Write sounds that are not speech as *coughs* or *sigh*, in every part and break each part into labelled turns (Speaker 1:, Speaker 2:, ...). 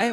Speaker 1: 哎，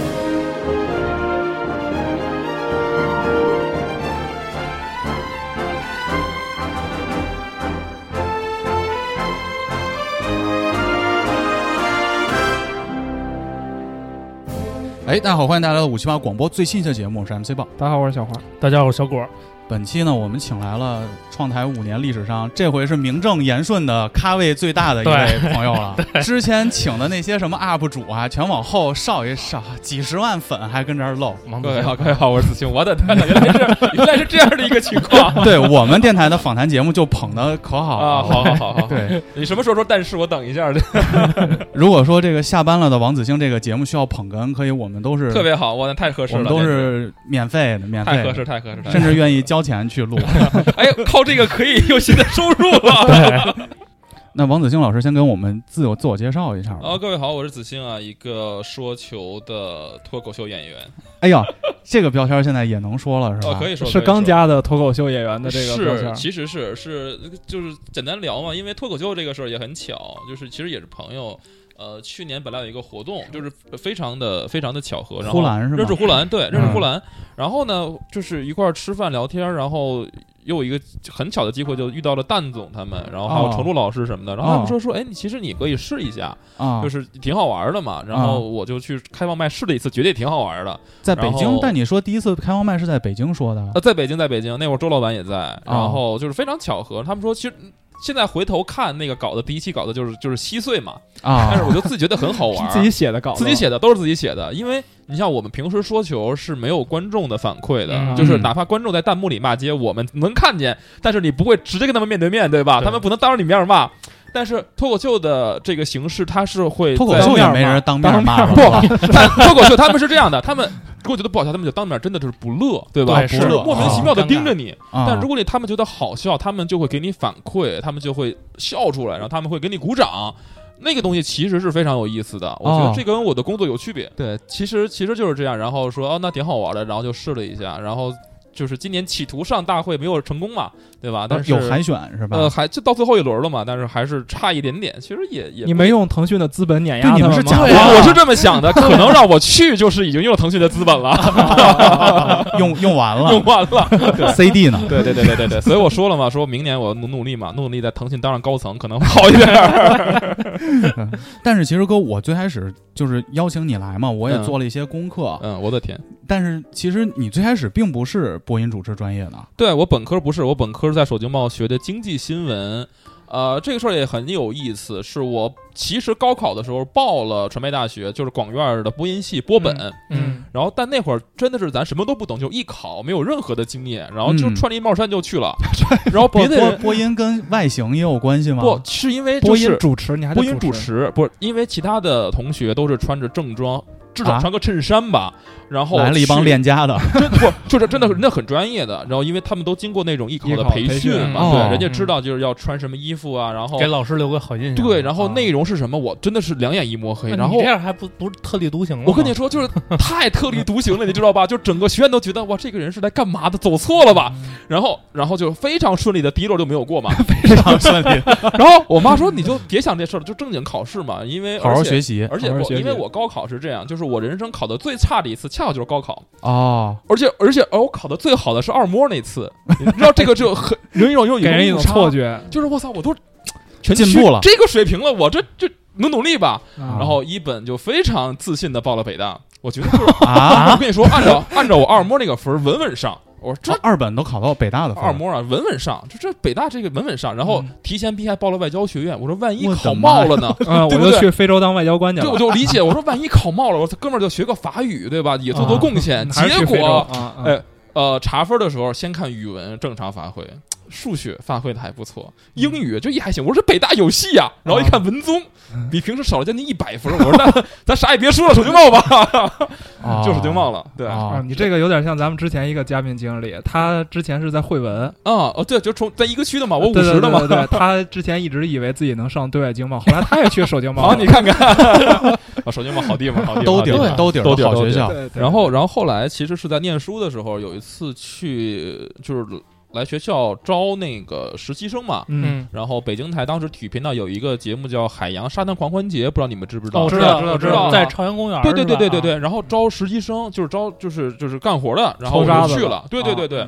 Speaker 2: 哎，大家好，欢迎大家来到五七八广播最新一期的节目，我是 MC 豹。
Speaker 3: 大家好，我是小花。大家好，我是小果。
Speaker 2: 本期呢，我们请来了创台五年历史上这回是名正言顺的咖位最大的一位
Speaker 3: 对
Speaker 2: 朋友
Speaker 4: *laughs*
Speaker 2: 了。之前请的那些什么 UP 主啊，全往后少一少，几十万粉还跟这儿
Speaker 4: *laughs*
Speaker 2: 露。
Speaker 3: 各
Speaker 4: 各位好，各位好，我是子清。我的天哪，原来是原来是这样的一个情况
Speaker 2: 对我们电台的访谈节目就捧得可好了。
Speaker 4: 啊！好好好好，
Speaker 2: 对，
Speaker 4: *laughs* 你什么时候说？但是我等一下，这
Speaker 2: 如果说这个下班了的王子星这个节目需要捧哏，可以，我们都是
Speaker 4: 特别好，哇，那太合适
Speaker 2: 我
Speaker 4: 了，
Speaker 2: 们都是免费的，免
Speaker 4: 那太
Speaker 2: 费
Speaker 4: 合
Speaker 2: 的，
Speaker 4: 适，太合适，太合
Speaker 2: 甚
Speaker 4: 适。
Speaker 2: 至愿意交钱
Speaker 4: *laughs*
Speaker 2: 去录。
Speaker 4: 哎，靠这个可以有新的收入了。
Speaker 2: 那王子星老师先跟我们自我自我介绍一下吧。
Speaker 4: 啊，各位好，我是子清啊，一个说球的脱口秀演员。
Speaker 2: 哎呀，这个标签现在也能说了是
Speaker 4: 哦
Speaker 2: 吧？，
Speaker 4: 可以说
Speaker 3: 是
Speaker 4: 可以说
Speaker 3: 刚加的脱口秀演员的这个标
Speaker 4: 是，
Speaker 3: 签。
Speaker 4: 其实是是就是简单聊嘛，因为脱口秀这个事儿也很巧，就是其实也是朋友。呃，去年本来有一个活动，就是非常的非常的巧合，然后
Speaker 2: 呼兰是吧嗯
Speaker 4: 认识呼兰，对，认识呼兰。然后呢，就是一块儿吃饭聊天，然后又有一个很巧的机会，就遇到了蛋总他们，然后还有
Speaker 2: 哦
Speaker 4: 程璐老师什么的。然后他
Speaker 2: 哦
Speaker 4: 们说说，哎，你其实你可以试一下，
Speaker 2: 啊，
Speaker 4: 就是挺好玩的嘛。然
Speaker 2: 啊
Speaker 4: 后我就去开放麦试了一次，觉得也挺好玩的。
Speaker 2: 在北
Speaker 4: 然
Speaker 2: 京
Speaker 4: 后。
Speaker 2: 但你说第一次开放麦是在北京说的，
Speaker 4: 呃，在北京，在北京那会儿，周老板也在，
Speaker 2: 哦
Speaker 4: 然后就是非常巧合，他们说其实。嗯现在回头看那个稿子，第一期稿子就是就是稀碎嘛，但是
Speaker 2: 啊
Speaker 4: 我就自己觉得很好
Speaker 2: *laughs*
Speaker 4: 玩儿，
Speaker 3: 自己写的稿子，
Speaker 4: 自己写的都是自己写的，因为你像我们平时说球是没有观众的反馈的，
Speaker 3: 嗯
Speaker 4: 就是哪怕观众在弹幕里骂街，我们能看见，但是你不会直接跟他们面对面，对吧？
Speaker 3: 对
Speaker 4: 他们不能当着你面骂，但是脱口秀的这个形式，它是会
Speaker 2: 脱口
Speaker 4: 在
Speaker 2: 秀也没人当面骂
Speaker 3: 当
Speaker 2: 了
Speaker 3: 面
Speaker 2: 吧，
Speaker 4: 但 *laughs* 脱口秀他们是这样的，他们如果觉得不好笑，他们就当面真的就是不乐，对吧？
Speaker 3: 对
Speaker 4: 不
Speaker 3: 是
Speaker 4: 乐，莫名其妙的盯着你。 *laughs*
Speaker 2: 啊
Speaker 4: 但如果你他们觉得好笑，他们就会给你反馈，他们就会笑出来，然后他们会给你鼓掌。那个东西其实是非常有意思的，我觉
Speaker 2: 哦
Speaker 4: 得这跟我的工作有区别。对，其实其实就是这样。然后说哦，那挺好玩的，然后就试了一下，然后就是今年企图上大会没有成功嘛，对吧？但是
Speaker 2: 有海选是吧？
Speaker 4: 呃，还就到最后一轮了嘛，但是还是差一点点。其实也也
Speaker 3: 你没用腾讯的资本碾压
Speaker 2: 对你
Speaker 3: 他
Speaker 2: 们
Speaker 3: 吗？
Speaker 2: 是假
Speaker 3: 对啊
Speaker 4: 我我是这么想的，可能让我去就是已经用了腾讯的资本了，
Speaker 2: 用用完
Speaker 4: 呃 *laughs* 用
Speaker 2: 了
Speaker 4: *laughs* 完了。
Speaker 2: CD 呢？
Speaker 4: *laughs* 对对对对对对，所以我说了嘛，说明年我努努力嘛，努努力在腾讯当上高层可能好一点
Speaker 3: *laughs*
Speaker 4: 儿。
Speaker 2: *laughs* 但是其实哥，我最开始就是邀请你来嘛，我也
Speaker 4: 嗯
Speaker 2: 做了一些功课，
Speaker 4: 嗯，我的天，
Speaker 2: 但是其实你最开始并不是播音主持专业的，
Speaker 4: 对我本科不是，我本科是在首经贸学的经济新闻。呃，这个事儿也很有意思，是我其实高考的时候报了传媒大学，就是广院儿的播音系播本。
Speaker 3: 嗯，
Speaker 4: 然后，但那会儿真的是咱什么都不懂，就艺考没有任何的经验，然后就
Speaker 2: 嗯
Speaker 4: 穿着一帽衫就去
Speaker 3: *laughs*
Speaker 4: 了。然后
Speaker 2: 播
Speaker 4: 别的
Speaker 2: 播
Speaker 4: 人
Speaker 2: 播音跟外形也有关系吗？
Speaker 4: 不是因为就
Speaker 3: 播
Speaker 4: 是
Speaker 3: 音主持，你还得
Speaker 4: 播音主
Speaker 3: 持，
Speaker 4: 持不是因为其他的同学都是穿着正装，至
Speaker 2: 啊
Speaker 4: 少穿个衬衫吧，然后
Speaker 2: 来了一帮
Speaker 4: 去，
Speaker 2: 练家的， *laughs*
Speaker 4: 真不就是真的人家很专业的，然后因为他们都经过那种艺考
Speaker 3: 艺
Speaker 4: 的
Speaker 3: 考
Speaker 4: 培
Speaker 3: 培训
Speaker 4: 嘛，
Speaker 2: 哦
Speaker 4: 对，人家知道就是要穿什么衣服啊，然后
Speaker 5: 给老师留个好印象。
Speaker 4: 对，然后
Speaker 5: 啊
Speaker 4: 内容是什么，我真的是两眼一抹黑，
Speaker 5: 那
Speaker 4: 然
Speaker 5: 你
Speaker 4: 后
Speaker 5: 这。样啊还不不是特立独行了吗？
Speaker 4: 我跟你说，就是太特立独行了，你知道吧？就整个学院都觉得哇，这个人是来干嘛的？走错了吧？然后，然后就非常顺利的第一轮就没有过嘛。
Speaker 2: 非常顺利，
Speaker 4: 然后我妈说，你就别想这事儿了，就正经考试嘛，因为
Speaker 2: 好好
Speaker 4: 而且
Speaker 2: 学习
Speaker 4: 而且
Speaker 3: 好好
Speaker 4: 我
Speaker 3: 学习
Speaker 4: 因为我高考是这样，就是我人生考的最差的一次，恰好就是高考，
Speaker 2: 哦。
Speaker 4: 而且而且而我考的最好的是二模
Speaker 2: *laughs*
Speaker 4: 那次，你知道这个就很有一种有一
Speaker 3: 给人一种
Speaker 4: 误差啊
Speaker 3: 错，觉。
Speaker 4: 就是我操，我都全
Speaker 2: 进
Speaker 4: 区
Speaker 2: 步了啊
Speaker 4: 这个水平了，我这这努努力吧。
Speaker 3: 然
Speaker 4: 然 *laughs* 后一本就非常自信的报了北大，我觉得就是
Speaker 2: 啊
Speaker 4: 我跟你说，按照按照我二模那个分儿稳稳上，我说这
Speaker 2: 这二本都考到北大的分儿嗯
Speaker 4: 二模啊，稳稳上，就这北大这个稳稳上，然后提前批还报了外交学院，我说万一
Speaker 2: 我的
Speaker 4: 考
Speaker 2: 妈
Speaker 4: 冒了呢？
Speaker 3: 嗯，我
Speaker 4: 对不
Speaker 3: 就
Speaker 4: 对
Speaker 3: 去非洲当外交官去
Speaker 4: 对，我
Speaker 3: 了，
Speaker 4: 就理解，我说万一考冒了，我说哥们儿就学个法语，对吧？也做做贡献。
Speaker 3: 嗯还
Speaker 4: 结
Speaker 3: 是去非洲
Speaker 4: 果
Speaker 3: 啊，啊
Speaker 4: 哎呃查分的时候，先看语文正常发挥，数学发挥的还不错，英语就也还行。我说这北大有戏呀、然后一看文综比平时少了将近一百分，我说那咱啥也别说了，手经帽吧，
Speaker 2: 啊
Speaker 4: 就手经帽了。对啊，
Speaker 3: 啊，
Speaker 2: 啊，
Speaker 3: 你这个有点像咱们之前一个嘉宾经理，他之前是在汇文，
Speaker 4: 哦对，就从在一个区的啊嘛，我五
Speaker 3: 对对
Speaker 4: 十的嘛
Speaker 3: 对。对，对他之前一直以为自己能上对外经贸，后来他也去首经贸
Speaker 4: *laughs* 好，
Speaker 3: 了。
Speaker 4: 你看看，啊，手经帽好地方，好地方，
Speaker 2: 兜
Speaker 4: 好地
Speaker 2: 底
Speaker 4: 方
Speaker 2: 儿兜底儿
Speaker 4: 兜底
Speaker 2: 的
Speaker 4: 儿
Speaker 2: 好学校，
Speaker 3: 对，对
Speaker 4: 然后，然后后来其实是在念书的时候，有一次去就是来学校招那个实习生嘛。
Speaker 3: 嗯，
Speaker 5: 嗯，
Speaker 4: 然后北京台当时体育频道有一个节目叫《海洋沙滩狂欢节》，不知道你们知不知道？
Speaker 5: 哦，
Speaker 3: 知
Speaker 5: 道，
Speaker 3: 道知道
Speaker 5: 我
Speaker 3: 知
Speaker 5: 知
Speaker 3: 道
Speaker 5: 在朝阳公园儿
Speaker 4: 对
Speaker 5: 是吧，
Speaker 4: 对对对对
Speaker 5: 啊，
Speaker 4: 对。然后招实习生，就是招就是就是干活的，然后我
Speaker 3: 抽渣
Speaker 4: 就
Speaker 3: 子
Speaker 4: 去
Speaker 3: 的
Speaker 4: 了。
Speaker 5: 啊
Speaker 4: 对对对
Speaker 5: 嗯
Speaker 4: 对。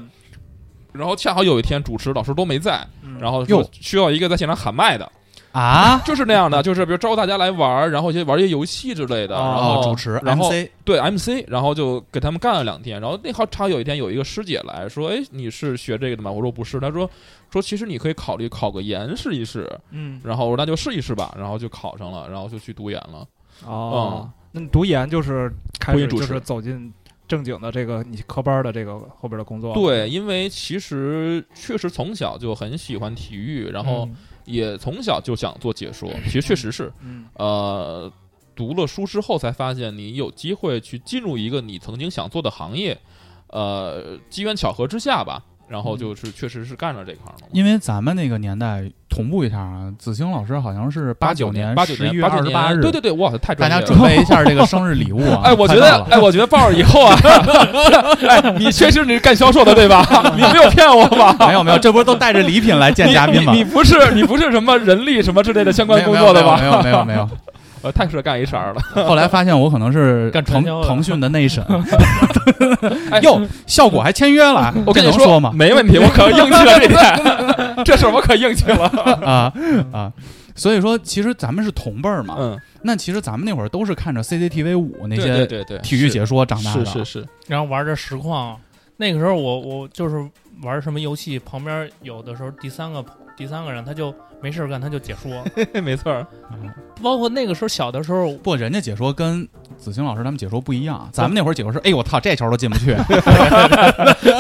Speaker 4: 然后恰好有一天主持老师都没在，
Speaker 5: 嗯
Speaker 4: 然后
Speaker 2: 哟
Speaker 4: 说需要一个在现场喊麦的，
Speaker 2: 啊，
Speaker 4: 就是那样的，就是比如招大家来玩儿，然后一些玩一些游戏之类的，然
Speaker 2: 哦
Speaker 4: 后
Speaker 2: 主持
Speaker 4: 然后
Speaker 2: MC
Speaker 4: 对 MC，然后就给他们干了两天。然后那好差有一天有一个师姐来说：“哎，你是学这个的吗？”我说：“不是。”她说：“说其实你可以考虑考个研试一试。”
Speaker 3: 嗯，
Speaker 4: 然后我说：“那就试一试吧。”然后就考上了，然后就去读研了。
Speaker 3: 哦，那你读研就是开
Speaker 4: 播音
Speaker 3: 始
Speaker 4: 主
Speaker 3: 就
Speaker 4: 持
Speaker 3: 是走进正经的这个你科班的这个后边的工
Speaker 5: 哦
Speaker 3: 作。
Speaker 4: 对，，因为其实确实从小就很喜欢体育，然后
Speaker 5: 嗯
Speaker 4: 也从小就想做解说。其实确实是，
Speaker 3: 嗯，
Speaker 4: 呃，读了书之后才发现，你有机会去进入一个你曾经想做的行业，呃，机缘巧合之下吧，然后就是确实是干了这行了。
Speaker 2: 因为咱们那个年代同步一下啊，子星老师好像是
Speaker 4: 八
Speaker 2: 九
Speaker 4: 年，
Speaker 2: 年
Speaker 4: 八九
Speaker 2: 十一
Speaker 4: 年，
Speaker 2: 月
Speaker 4: 八九
Speaker 2: 二十
Speaker 4: 年
Speaker 2: 八日，
Speaker 4: 对对对，哇，太
Speaker 2: 大家
Speaker 4: 专业了
Speaker 2: 准备一下这个生日礼物啊
Speaker 4: *laughs* ！哎，我觉
Speaker 2: 太
Speaker 4: 得
Speaker 2: 棒，了
Speaker 4: 哎，我觉得报了以后啊， *laughs* 哎，你确实你是干销售的
Speaker 2: *laughs*
Speaker 4: 对吧？你没有骗我吧？
Speaker 2: 没有没有，这不是都带着礼品来见嘉宾吗
Speaker 4: 你？你不是你不是什么人力什么之类的相关工作的吧？
Speaker 2: 没有没有没有没有。没
Speaker 4: 呃，太适合干 HR 了。
Speaker 2: 有后来发现我可能是
Speaker 5: 干
Speaker 2: 腾
Speaker 5: 传销的
Speaker 2: 腾讯的内审，
Speaker 4: *laughs* 哎
Speaker 2: 哟，效果还签约了，
Speaker 4: *laughs* 我跟你
Speaker 2: 这能说吗？
Speaker 4: 没问题，我可硬气了这
Speaker 2: *laughs*
Speaker 4: 点，这事儿我可硬气了。
Speaker 2: 啊啊！所以说，其实咱们是同辈儿嘛。
Speaker 4: 嗯，
Speaker 2: 那其实咱们那会儿都是看着 CCTV 五那
Speaker 4: 对
Speaker 2: 些
Speaker 4: 对对对，
Speaker 2: 体育解
Speaker 4: 是
Speaker 2: 说长大的。
Speaker 4: 是是是， *laughs*
Speaker 5: 然后玩着实况，啊那个时候我我就是玩什么游戏，旁边有的时候第三个第三个人他就没事儿干，他就解说，
Speaker 4: 嘿没错儿。
Speaker 2: 嗯
Speaker 5: 包括那个时候小的时候，
Speaker 2: 不，人家解说跟子星老师他们解说不一样啊，咱们那会儿解说是，哎呦我操，这球都进不去 *laughs*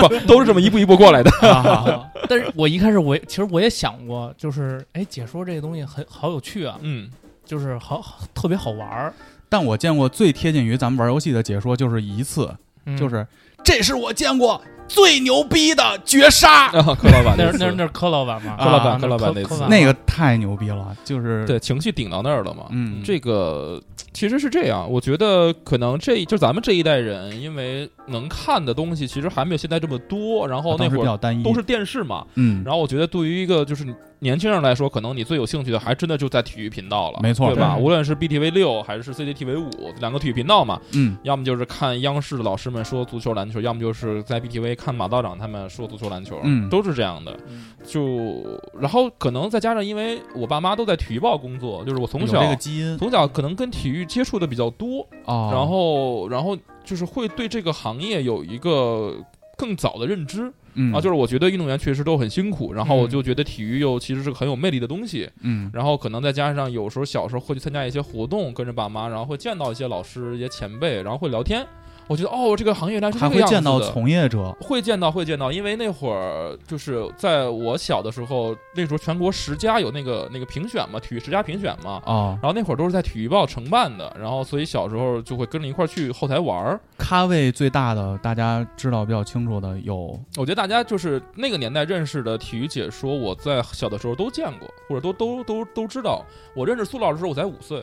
Speaker 4: 不都是这么一步一步过来的。
Speaker 2: 啊！
Speaker 5: 但是我一开始我也其实我也想过，就是哎，解说这个东西很好有趣啊，
Speaker 4: 嗯，
Speaker 5: 就是好好特别好玩儿，
Speaker 2: 但我见过最贴近于咱们玩游戏的解说就是一次，
Speaker 5: 嗯
Speaker 2: 就是这是我见过最牛逼的绝杀，
Speaker 4: *laughs* 啊，柯老板
Speaker 5: 那
Speaker 4: 那
Speaker 5: 是那是
Speaker 4: 次
Speaker 5: 那是柯老板嘛，
Speaker 2: 柯老板
Speaker 5: 啊
Speaker 4: 柯老板
Speaker 5: 柯
Speaker 4: 那次
Speaker 5: 柯老板
Speaker 2: 那个太牛逼了，就是
Speaker 4: 对情绪顶到那儿了嘛。
Speaker 2: 嗯
Speaker 4: 这个其实是这样，我觉得可能这就咱们这一代人，因为能看的东西其实还没有现在这么多，然后那
Speaker 2: 啊当时比
Speaker 4: 会儿
Speaker 2: 较单一，
Speaker 4: 都是电视嘛。
Speaker 2: 嗯，
Speaker 4: 然后我觉得对于一个就是年轻人来说，可能你最有兴趣的还真的就在体育频道了，
Speaker 2: 没错嗯
Speaker 4: 对吧？
Speaker 5: 对
Speaker 4: 无论是 BTV 六还是 CCTV 五两个体育频道嘛，
Speaker 2: 嗯
Speaker 4: 要么就是看央视的老师们说足球、篮球，要么就是在 BTV 看马道长他们说足球、篮球，
Speaker 2: 嗯
Speaker 4: 都是这样的。
Speaker 3: 嗯
Speaker 4: 就然后可能再加上，因为我爸妈都在体育报工作，就是我从
Speaker 2: 有
Speaker 4: 小
Speaker 2: 这个基因
Speaker 4: 从小可能跟体育接触的比较多，
Speaker 2: 哦，
Speaker 4: 然后然后就是会对这个行业有一个更早的认知
Speaker 2: 嗯
Speaker 4: 啊，就是是我觉得运动员确实都很辛苦，然后
Speaker 5: 嗯
Speaker 4: 我就觉得体育又其实是个很有魅力的东西，
Speaker 2: 嗯
Speaker 4: 然后可能再加上有时候小时候会去参加一些活动，跟着爸妈，然后会见到一些老师、一些前辈，然后会聊天。我觉得哦，这个行业原来是这
Speaker 2: 还
Speaker 4: 个
Speaker 2: 会
Speaker 4: 样子的。
Speaker 2: 见到从业者，
Speaker 4: 会见到会见到，因为那会儿就是在我小的时候，那时候全国十佳有那个那个评选嘛，体育十佳评选嘛。
Speaker 2: 哦，
Speaker 4: 然后那会儿都是在体育报承办的，然后所以小时候就会跟着一块儿去后台玩儿。
Speaker 2: 咖位最大的，大家知道比较清楚的有
Speaker 4: 我觉得大家就是那个年代认识的体育解说，我在小的时候都见过，或者都都都都知道。我认识苏老师的时候，我才五岁，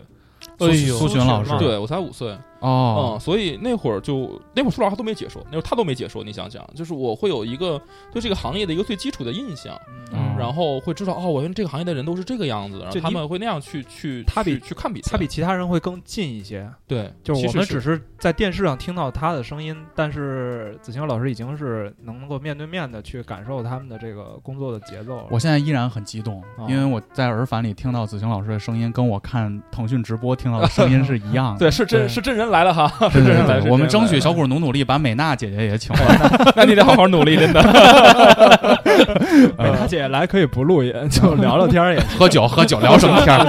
Speaker 2: 苏
Speaker 5: 哎呦
Speaker 2: 苏洵老师，
Speaker 5: 是
Speaker 4: 对我才五岁。
Speaker 2: 哦
Speaker 4: 嗯，，所以那会儿就那会儿苏老师他都没解说，那会儿他都没解说。你想想，就是我会有一个对这个行业的一个最基础的印象，
Speaker 2: 嗯
Speaker 4: 然后会知道哦，我原来这个行业的人都是这个样子，然后
Speaker 3: 就你
Speaker 4: 他们会那样去去
Speaker 3: 他比
Speaker 4: 去去看比赛，
Speaker 3: 他比其他人会更近一些，
Speaker 4: 对，
Speaker 3: 就是我们
Speaker 4: 其实
Speaker 3: 只
Speaker 4: 是
Speaker 3: 是在电视上听到他的声音，但是子晴老师已经是能够面对面的去感受他们的这个工作的节奏了。
Speaker 2: 我现在依然很激动，
Speaker 3: 哦
Speaker 2: 因为我在耳返里听到子晴老师的声音，跟我看腾讯直播听到的声音是一样
Speaker 4: *laughs*
Speaker 2: 的。
Speaker 4: 对是真
Speaker 5: 对
Speaker 4: 是真人来了哈，是
Speaker 2: 对
Speaker 4: 真
Speaker 2: 对
Speaker 4: 人
Speaker 2: 对
Speaker 4: 来，是真人来
Speaker 2: 对，
Speaker 4: 了
Speaker 2: 我们争取小，谷努努力把 *laughs* 美娜姐姐也请来。
Speaker 4: 那你得好好努力，真的。*laughs*
Speaker 3: 呃美娜姐来可以不录音， *laughs* 就聊聊天儿也
Speaker 2: 喝酒喝酒聊什么天儿？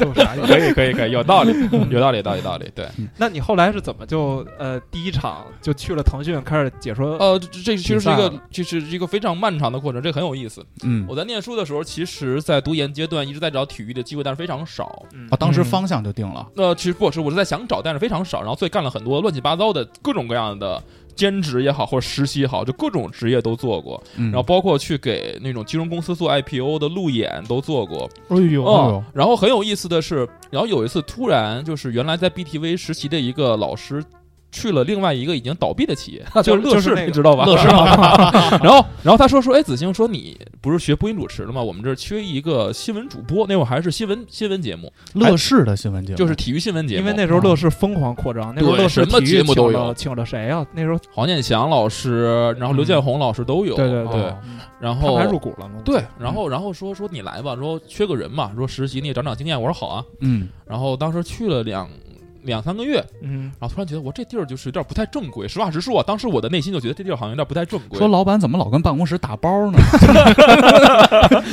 Speaker 3: 有啥
Speaker 4: *laughs*
Speaker 3: 用？
Speaker 4: 可以可以可以，有 *laughs* 道理，有道理，道理道理。对，
Speaker 3: 那你后来是怎么就呃第一场就去了腾讯开始解说？
Speaker 4: 呃，这这其实是一
Speaker 3: 比赛啊
Speaker 4: 个，这是一个非常漫长的过程，这很有意思。
Speaker 2: 嗯，
Speaker 4: 我在念书的时候，其实，在读研阶段一直在找体育的机会，但是非常少。
Speaker 3: 嗯
Speaker 2: 啊，当时方向就定了。
Speaker 4: 那、其实不是，我是在想找，但是非常少，然后所以干了很多乱七八糟的各种各样的兼职也好，或者实习也好，就各种职业都做过，
Speaker 2: 嗯，
Speaker 4: 然后包括去给那种金融公司做 IPO 的路演都做过。
Speaker 5: 哎呦，
Speaker 4: 哦，然后很有意思的是，然后有一次突然就是原来在 BTV 实习的一个老师。去了另外一个已经倒闭的企业，就是 *laughs* 乐
Speaker 3: 就是
Speaker 4: 视，
Speaker 3: 那个
Speaker 4: 你知道吧？
Speaker 5: 乐视
Speaker 4: 然后，然后他说说，哎，子星说你不是学播音主持的吗？我们这儿缺一个新闻主播，那会儿还是新闻新闻节目，
Speaker 2: 乐视的新闻节目
Speaker 4: 就是体育新闻节目。啊
Speaker 3: 因为那时候乐视疯狂扩张，那时候
Speaker 4: 对
Speaker 3: 乐视
Speaker 4: 什么
Speaker 3: 体育
Speaker 4: 节目都
Speaker 3: 请了
Speaker 4: 有
Speaker 3: 请了谁啊？那时候
Speaker 4: 黄健翔老师，然后刘建宏老师都有。
Speaker 3: 对对
Speaker 4: 对
Speaker 3: 对，
Speaker 4: 然
Speaker 3: 他们
Speaker 4: 后
Speaker 3: 还入股了吗？
Speaker 4: 哦
Speaker 2: 嗯
Speaker 4: 对，然后然后说说你来吧，说缺个人嘛，说实习你也长长经验。我说好啊。
Speaker 2: 嗯，
Speaker 4: 然后当时去了两两三个月，
Speaker 3: 嗯，
Speaker 4: 然后突然觉得我这地儿就是有点不太正规。实话实说啊，当时我的内心就觉得这地儿好像有点不太正规。 *laughs*
Speaker 2: 说老板怎么老跟办公室打包呢？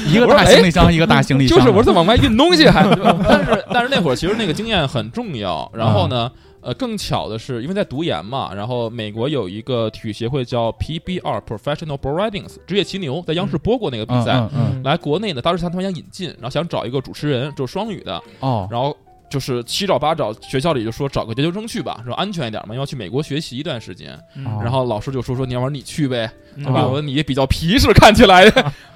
Speaker 2: 一个
Speaker 4: 我说
Speaker 2: 大行李箱，一个大行李箱，
Speaker 4: 就是我是怎么往外运东西还，但是但是那会儿其实那个经验很重要。然后呢，
Speaker 2: 嗯
Speaker 4: 呃，更巧的是，因为在读研嘛，然后美国有一个体育协会叫 PBR Professional b o r i d i n g s 职业骑牛，在央视播过那个比
Speaker 2: 嗯
Speaker 4: 赛。
Speaker 2: 嗯嗯
Speaker 4: 来国内呢，当时他们想引进，然后想找一个主持人，就是双语的，
Speaker 2: 哦，
Speaker 4: 然后。就是七找八找，学校里就说找个研究生去吧，说安全一点嘛，因为要去美国学习一段时间。
Speaker 2: 哦
Speaker 4: 然后老师就说说，你要不然你去呗，
Speaker 3: 嗯
Speaker 4: 对吧？我说你比较皮实，看起
Speaker 3: *laughs*
Speaker 4: 来。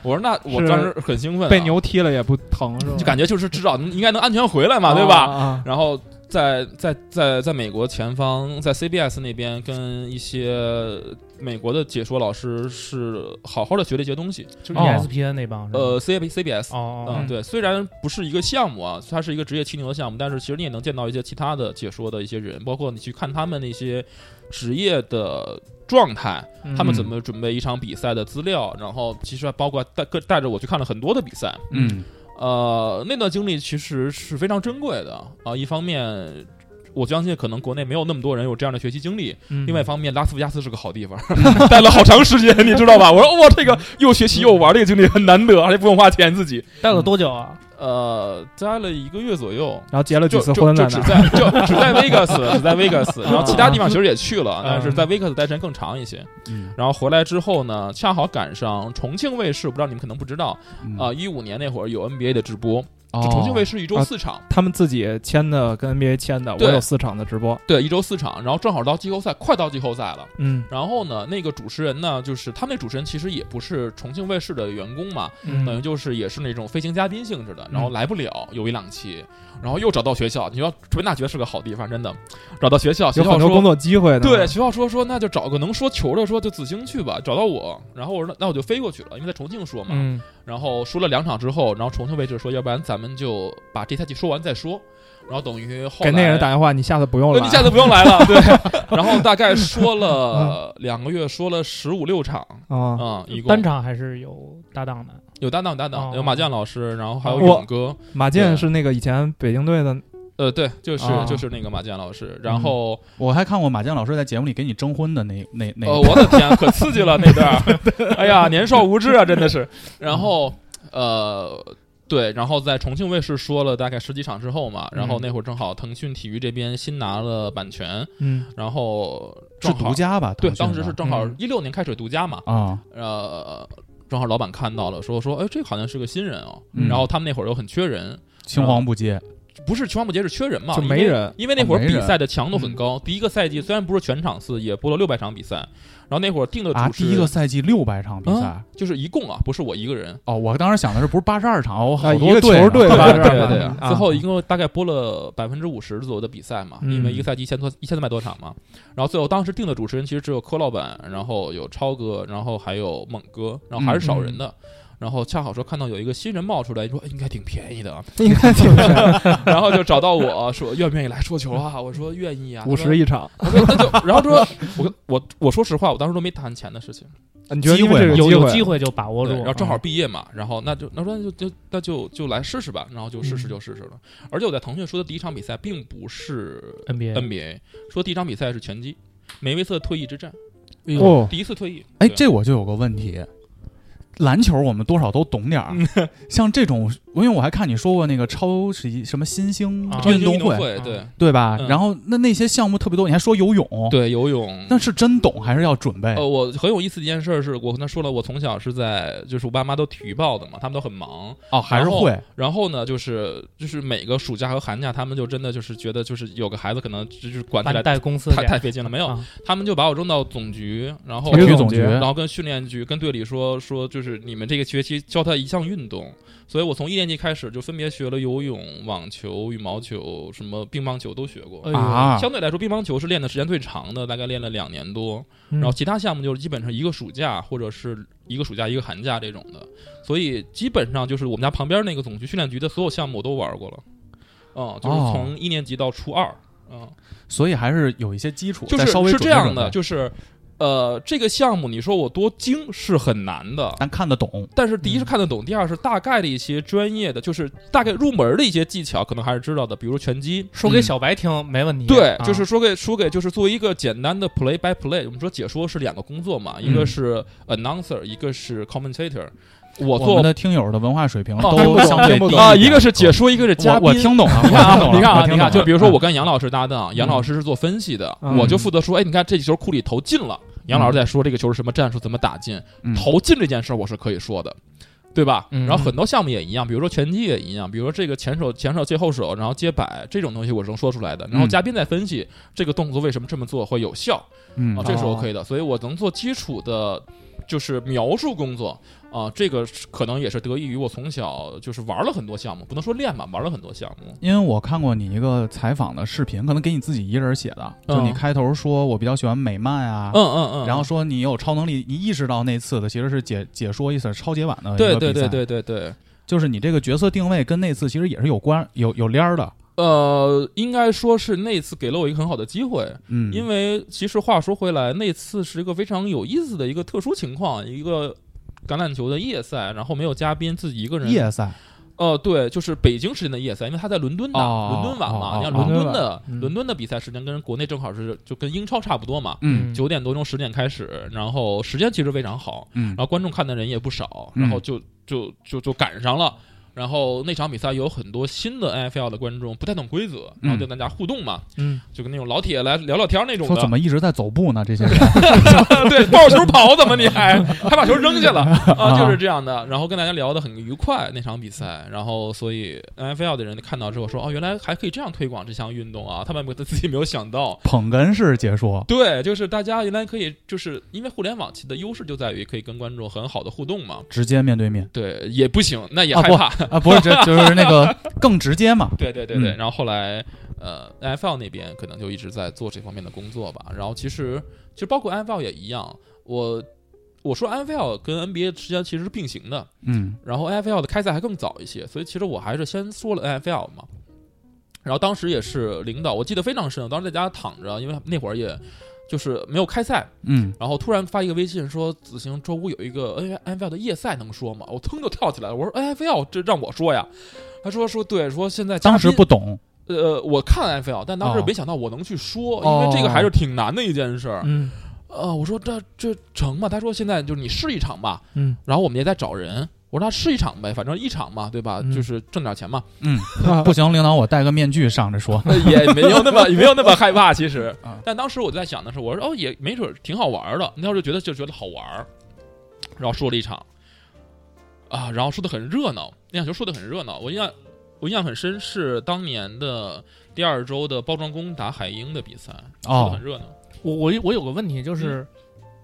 Speaker 4: 我说那我
Speaker 3: 是
Speaker 4: 当时很兴奋啊、
Speaker 3: 被牛踢了也不疼是吧？
Speaker 4: 就感觉就是至少能应该能安全回来嘛，
Speaker 3: 啊
Speaker 4: 对吧？
Speaker 3: 啊，
Speaker 4: 然后在在在在美国前方，在 CBS 那边跟一些美国的解说老师是好好的学了一些东西，
Speaker 5: 就是 E
Speaker 2: 哦
Speaker 5: ESPN 那帮是吧
Speaker 3: 嗯
Speaker 4: 呃，CB CBS。
Speaker 5: 哦
Speaker 4: 嗯，
Speaker 5: 哦
Speaker 4: 对，虽然不是一个项目啊，它是一个职业骑牛的项目，但是其实你也能见到一些其他的解说的一些人，包括你去看他们那些职业的状态，
Speaker 3: 嗯
Speaker 4: 他们怎么准备一场比赛的资料，然后其实还包括带带着我去看了很多的比赛，
Speaker 2: 嗯
Speaker 4: 呃，那段经历其实是非常珍贵的啊、一方面，我相信可能国内没有那么多人有这样的学习经历；
Speaker 3: 嗯
Speaker 4: 另外一方面，拉斯维加斯是个好地方， *laughs* 待了好长时间，你知道吧？我说哇，这个又学习又玩，这个经历很难得，而且不用花钱自己。
Speaker 5: 待了多久啊？
Speaker 4: 呃，待了一个月左右。
Speaker 3: 嗯然后结了几
Speaker 4: 就
Speaker 3: 次
Speaker 4: 就
Speaker 3: 婚在
Speaker 4: 就
Speaker 3: 那
Speaker 4: 只
Speaker 3: 儿，
Speaker 4: 在就只在 Vegas，只在 *laughs* Vegas，然后其他地方其实也去了，
Speaker 5: 嗯
Speaker 4: 但是在 Vegas 待时间更长一些。
Speaker 2: 嗯
Speaker 4: 然后回来之后呢，恰好赶上重庆卫视，不知道你们可能不知道
Speaker 2: 嗯
Speaker 3: 嗯
Speaker 4: 啊，一五年那会儿有 NBA 的直播，就重庆卫
Speaker 2: 视
Speaker 4: 视一周
Speaker 3: 啊
Speaker 4: 四场，
Speaker 3: 他们自己签的跟 NBA 签的，我
Speaker 4: 对
Speaker 3: 有四场的直播，
Speaker 4: 对，一周四场，然后正好到季后赛，快到季后赛了。
Speaker 3: 嗯
Speaker 4: 然后呢，那个主持人呢，就是他们那主持人其实也不是重庆卫视的员工嘛，等于
Speaker 3: 嗯，
Speaker 4: 就是也是那种飞行嘉宾性质的，然后来不了，有一两期，然后又找到学校，你说纯大学是个好地方，真的，找到学校，学
Speaker 3: 有
Speaker 4: 校
Speaker 3: 很多工
Speaker 4: 说。
Speaker 3: 作机会的，
Speaker 4: 对，学校说说那就找个能说球的，说就子星去吧，找到我，然后我说那我就飞过去了，因为在重庆说嘛，
Speaker 5: 嗯，
Speaker 4: 然后输了两场之后，然后重庆卫视说，要不然咱们就把这赛季说完再说，然后等于后来
Speaker 3: 给那人打电话，你下次不用
Speaker 4: 那
Speaker 3: 了，啊
Speaker 4: 你下次不用来
Speaker 3: *laughs*
Speaker 4: 了。对，然后大概说了两个月，说了十五六场，
Speaker 3: 嗯
Speaker 4: 嗯，
Speaker 3: 啊，
Speaker 4: 一共
Speaker 5: 单场还是有搭档的。
Speaker 4: 有搭档有搭档，
Speaker 5: 哦
Speaker 4: 有马健老师，然后还有
Speaker 3: 我
Speaker 4: 勇哥，
Speaker 3: 马健是那个以前北京队的，
Speaker 4: 呃，对，就是
Speaker 3: 啊
Speaker 4: 就是那个马健老师，然后
Speaker 2: 我还看过马健老师在节目里给你征婚的那那
Speaker 3: 嗯
Speaker 2: 那
Speaker 4: 呃，我的天，可刺激了那段儿，
Speaker 3: *laughs*
Speaker 4: 哎呀，年少无知啊，真的是。然后呃。对，然后在重庆卫视说了大概十几场之后嘛，然后那会儿正好腾讯体育这边新拿了版权，
Speaker 3: 嗯
Speaker 4: 然后
Speaker 2: 是
Speaker 4: 正好
Speaker 2: 独家吧？
Speaker 4: 对，
Speaker 2: 腾讯的
Speaker 4: 当时是正好
Speaker 3: 嗯
Speaker 4: 一六年开始独家嘛，
Speaker 2: 啊，
Speaker 4: 呃，正好老板看到了，说说，哎，这个好像是个新人哦。
Speaker 2: 嗯
Speaker 4: 然后他们那会儿又很缺人，
Speaker 2: 青黄不接，
Speaker 4: 不是全网不接是缺人嘛，
Speaker 3: 就
Speaker 4: 因
Speaker 3: 没
Speaker 4: 为
Speaker 3: 人
Speaker 4: 因为那
Speaker 2: 哦
Speaker 4: 会儿
Speaker 2: 没
Speaker 4: 比
Speaker 2: 人
Speaker 4: 赛的强度很高。第一个赛季虽然不是全场次，也播了六百场比赛，然后那会儿定的
Speaker 2: 啊，
Speaker 4: 主持
Speaker 2: 第一个赛季六百场比赛
Speaker 4: 啊。就是一共啊，不是我一个人。
Speaker 2: 哦，我当时想的是不是八十二场，我好
Speaker 3: 啊一个
Speaker 2: 多
Speaker 3: 球
Speaker 2: 队
Speaker 3: 队对
Speaker 2: 呢
Speaker 3: 吧
Speaker 4: 对对对
Speaker 3: 啊
Speaker 4: 最后一共大概播了百分之五十左右的比赛嘛，
Speaker 3: 嗯
Speaker 4: 因为一个赛季一千多一千三百多场嘛。然后最后当时定的主持人其实只有柯老板，然后有超哥，然后还有猛哥，然后还是少人的。然后恰好说看到有一个新人冒出来，说哎应该挺便宜的啊， *laughs*
Speaker 3: 应该挺
Speaker 5: *laughs*
Speaker 4: 然后就找到我啊说愿不愿意来说球啊？我说愿意啊，
Speaker 3: 五十一
Speaker 4: *laughs*
Speaker 3: 场，
Speaker 4: 他说。他说那就然后说，我我我说实话，我当时都没谈钱的事情。
Speaker 3: 你觉得因
Speaker 2: 机
Speaker 3: 为
Speaker 2: 会
Speaker 3: 这个
Speaker 5: 有有
Speaker 3: 机
Speaker 5: 机
Speaker 3: 会，
Speaker 5: 会就把握
Speaker 4: 对
Speaker 5: 住，嗯
Speaker 4: 然后
Speaker 1: 啊
Speaker 4: 正好毕业嘛，然后那就那说那就就那就就来试试吧，然后就试试
Speaker 3: 嗯
Speaker 4: 就试试了。而且我在腾讯说的第一场比赛并不是
Speaker 5: NBA
Speaker 4: NBA，说第一场比赛是拳击，梅威瑟退役之战，
Speaker 3: 哦
Speaker 4: 第一次退役。
Speaker 2: 哎，
Speaker 4: 对
Speaker 2: 这我就有个问题，篮球我们多少都懂点儿，
Speaker 4: 嗯 *laughs*
Speaker 2: 像这种，因为我还看你说过那个超级什么新兴
Speaker 5: 啊
Speaker 4: 运
Speaker 2: 运动
Speaker 4: 会
Speaker 2: 会，
Speaker 4: 对
Speaker 2: 对吧？
Speaker 4: 嗯
Speaker 2: 然后那那些项目特别多，你还说游泳，，
Speaker 4: 对游泳。
Speaker 2: 那是真懂还是要准备？
Speaker 4: 呃，我很有意思的一件事是，我跟他说了，我从小是在，就是我爸妈都体育报的嘛，他们都很忙。
Speaker 2: 哦，还是
Speaker 4: 然后
Speaker 2: 会，
Speaker 4: 然后呢，就是就是每个暑假和寒假，他们就真的就是觉得，就是有个孩子可能就是管起
Speaker 5: 把你
Speaker 4: 来
Speaker 5: 带公司
Speaker 4: 太
Speaker 5: 去
Speaker 4: 太费劲了，没有，
Speaker 5: 啊
Speaker 4: 他们就把我扔到总局，然后
Speaker 2: 体育
Speaker 3: 总
Speaker 2: 总
Speaker 3: 局
Speaker 2: 局，
Speaker 4: 然后跟训练局、跟队里说说，就是你们这个学期教他一项运动，所以我从一年级开始就分别学了游泳、网球、羽毛球、什么乒乓球都学过。
Speaker 5: 哎呦
Speaker 2: 啊，
Speaker 4: 相对来说，乒乓球是练的时间最长的，大概练了两年多。
Speaker 3: 嗯
Speaker 4: 然后其他项目就是基本上一个暑假或者是一个暑假一个寒假这种的，所以基本上就是我们家旁边那个总局训练局的所有项目我都玩过了。嗯，就是
Speaker 2: 哦
Speaker 4: 从一年级到初二，嗯，
Speaker 2: 所以还是有一些基础，
Speaker 4: 就
Speaker 2: 再
Speaker 4: 是
Speaker 2: 稍微
Speaker 4: 是这
Speaker 2: 准备
Speaker 4: 样
Speaker 2: 准
Speaker 4: 的，
Speaker 2: 备
Speaker 4: 就是呃，这个项目你说我多精是很难的，
Speaker 2: 但看得懂，
Speaker 4: 但是
Speaker 2: 嗯
Speaker 4: 第一是看得懂，第二是大概的一些专业的，就是大概入门的一些技巧，可能还是知道的，比如拳击。嗯
Speaker 5: 说给小白听没问题。
Speaker 4: 对，
Speaker 5: 啊
Speaker 4: 就是说给说给，就是作为一个简单的 play by play，我们说解说是两个工作嘛，
Speaker 2: 嗯
Speaker 4: 一个是 announcer，一个是 commentator。我
Speaker 2: 我
Speaker 4: 做
Speaker 2: 们的听友的文化水平
Speaker 4: 哦 *laughs*
Speaker 2: 都相对
Speaker 6: 听不
Speaker 2: 低
Speaker 6: 懂
Speaker 4: 啊，
Speaker 2: 点
Speaker 4: 一个是解说，一个是嘉
Speaker 2: 我
Speaker 4: 宾。
Speaker 2: 我听懂了，
Speaker 4: 你看
Speaker 2: 我听懂
Speaker 4: *laughs* 啊，
Speaker 2: 了
Speaker 4: 你看
Speaker 2: 我
Speaker 4: 啊，
Speaker 2: 听
Speaker 4: 你看，
Speaker 2: 懂
Speaker 4: 就
Speaker 2: 了
Speaker 4: 比如说我
Speaker 2: 嗯
Speaker 4: 跟杨老师搭档，杨老师是做分析的，
Speaker 3: 嗯
Speaker 4: 我就负责说，哎，你看这球库里投进了，杨老师在说这个球是什么战术，怎么打进，
Speaker 2: 嗯
Speaker 4: 投进这件事儿我是可以说的。对吧？
Speaker 5: 嗯
Speaker 4: 然后很多项目也一样，比如说拳击也一样，比如说这个前手、前手、接后手，然后接摆这种东西我是能说出来的。然后
Speaker 2: 嗯
Speaker 4: 嘉宾在分析这个动作为什么这么做会有效，
Speaker 2: 嗯
Speaker 4: 啊，
Speaker 2: 嗯
Speaker 4: 这是 OK 的，所以我能做基础的，就是描述工作啊，这个是可能也是得益于我从小就是玩了很多项目，不能说练吧，玩了很多项目。
Speaker 2: 因为我看过你一个采访的视频，可能给你自己一人写的，
Speaker 4: 嗯
Speaker 2: 就你开头说我比较喜欢美漫啊，
Speaker 4: 嗯嗯嗯，
Speaker 2: 然后说你有超能力，你意识到那次的其实是解解说一次超解晚的一
Speaker 4: 对
Speaker 2: 个
Speaker 4: 对
Speaker 2: 比
Speaker 4: 对
Speaker 2: 赛，
Speaker 4: 对对对，
Speaker 2: 就是你这个角色定位跟那次其实也是有关有有联儿的，
Speaker 4: 呃，应该说是那次给了我一个很好的机会，
Speaker 2: 嗯，
Speaker 4: 因为其实话说回来，那次是一个非常有意思的一个特殊情况，一个橄榄球的夜赛，然后没有嘉宾，自己一个人
Speaker 2: 夜赛
Speaker 4: 呃，对，就是北京时间的夜赛，因为他在伦敦打，
Speaker 2: 哦
Speaker 4: 伦敦晚
Speaker 2: 哦
Speaker 4: 嘛，你看
Speaker 2: 哦
Speaker 4: 伦敦
Speaker 3: 伦敦
Speaker 4: 的
Speaker 3: 晚、嗯
Speaker 4: 伦敦的比赛时间跟国内正好是就跟英超差不多嘛，
Speaker 2: 嗯
Speaker 4: 九、点多钟十点开始，然后时间其实非常好，
Speaker 2: 嗯
Speaker 4: 然后观众看的人也不少，
Speaker 2: 嗯
Speaker 4: 然后就就就就赶上了。然后那场比赛有很多新的 NFL 的观众不太懂规则，然后就大家互动嘛，
Speaker 3: 嗯，
Speaker 4: 就跟那种老铁来聊聊天儿那种
Speaker 2: 说
Speaker 4: 的
Speaker 2: 怎，么一直在走步呢？这些人
Speaker 4: *laughs* 对，抱着球跑怎么你还
Speaker 2: *laughs*
Speaker 4: 还把球扔下了啊？就是这样的。然后跟大家聊得很愉快那场比赛，然后所以 NFL 的人看到之后说哦，原来还可以这样推广这项运动啊，他们 *laughs* 自己没有想到。
Speaker 2: 捧哏式解说，
Speaker 4: 对，就是大家原来可以，就是因为互联网其的优势就在于可以跟观众很好的互动嘛。
Speaker 2: 直接面对
Speaker 4: *laughs*
Speaker 2: 面
Speaker 4: 对，也不行，那也
Speaker 2: 啊
Speaker 4: 害
Speaker 2: 不
Speaker 4: 怕。
Speaker 2: 啊，不是这就是那个更直接嘛，
Speaker 4: 对对对对，
Speaker 2: 嗯
Speaker 4: 然后后来呃，NFL 那边可能就一直在做这方面的工作吧。然后其实其实包括 NFL 也一样，我我说 NFL 跟 NBA 之间其实是并行的，
Speaker 2: 嗯
Speaker 4: 然后 NFL 的开赛还更早一些，所以其实我还是先说了 NFL 嘛。然后当时也是领导，我记得非常深，我当时在家躺着，因为那会儿也就是没有开赛，
Speaker 2: 嗯，
Speaker 4: 然后突然发一个微信说子行周五有一个 N N F L 的夜赛能说吗？我腾就跳起来了，我说 N F L 这让我说呀。他说说对，说现在嘉
Speaker 2: 当时
Speaker 4: 宾
Speaker 2: 不懂，
Speaker 4: 呃，我看 N F L，但当时
Speaker 2: 哦
Speaker 4: 没想到我能去说，
Speaker 2: 哦
Speaker 4: 因为这个还是挺难的一件事儿。
Speaker 3: 嗯
Speaker 4: 呃，我说这这成吗？他说现在就是你试一场吧，
Speaker 5: *laughs*
Speaker 3: 嗯，
Speaker 4: 然后我们也在找人。我说那试一场呗，反正一场嘛，对吧？
Speaker 3: 嗯
Speaker 4: 就是挣点钱嘛，
Speaker 2: 嗯，不行，领导我戴个面具上着说，
Speaker 4: 呃也没有那么也没有那么害怕。其实
Speaker 2: 啊，
Speaker 4: 但当时我就在想的是，我说哦，也没准儿挺好玩儿的。那时候就觉得就觉得好玩儿，然后说了一场，啊，然后说的很热闹，那场球说的很热闹。我印象我印象很深是当年的第二周的包装工打海鹰的比赛，说的
Speaker 2: 哦
Speaker 4: 很，热闹。
Speaker 5: 我我我有个问题就是，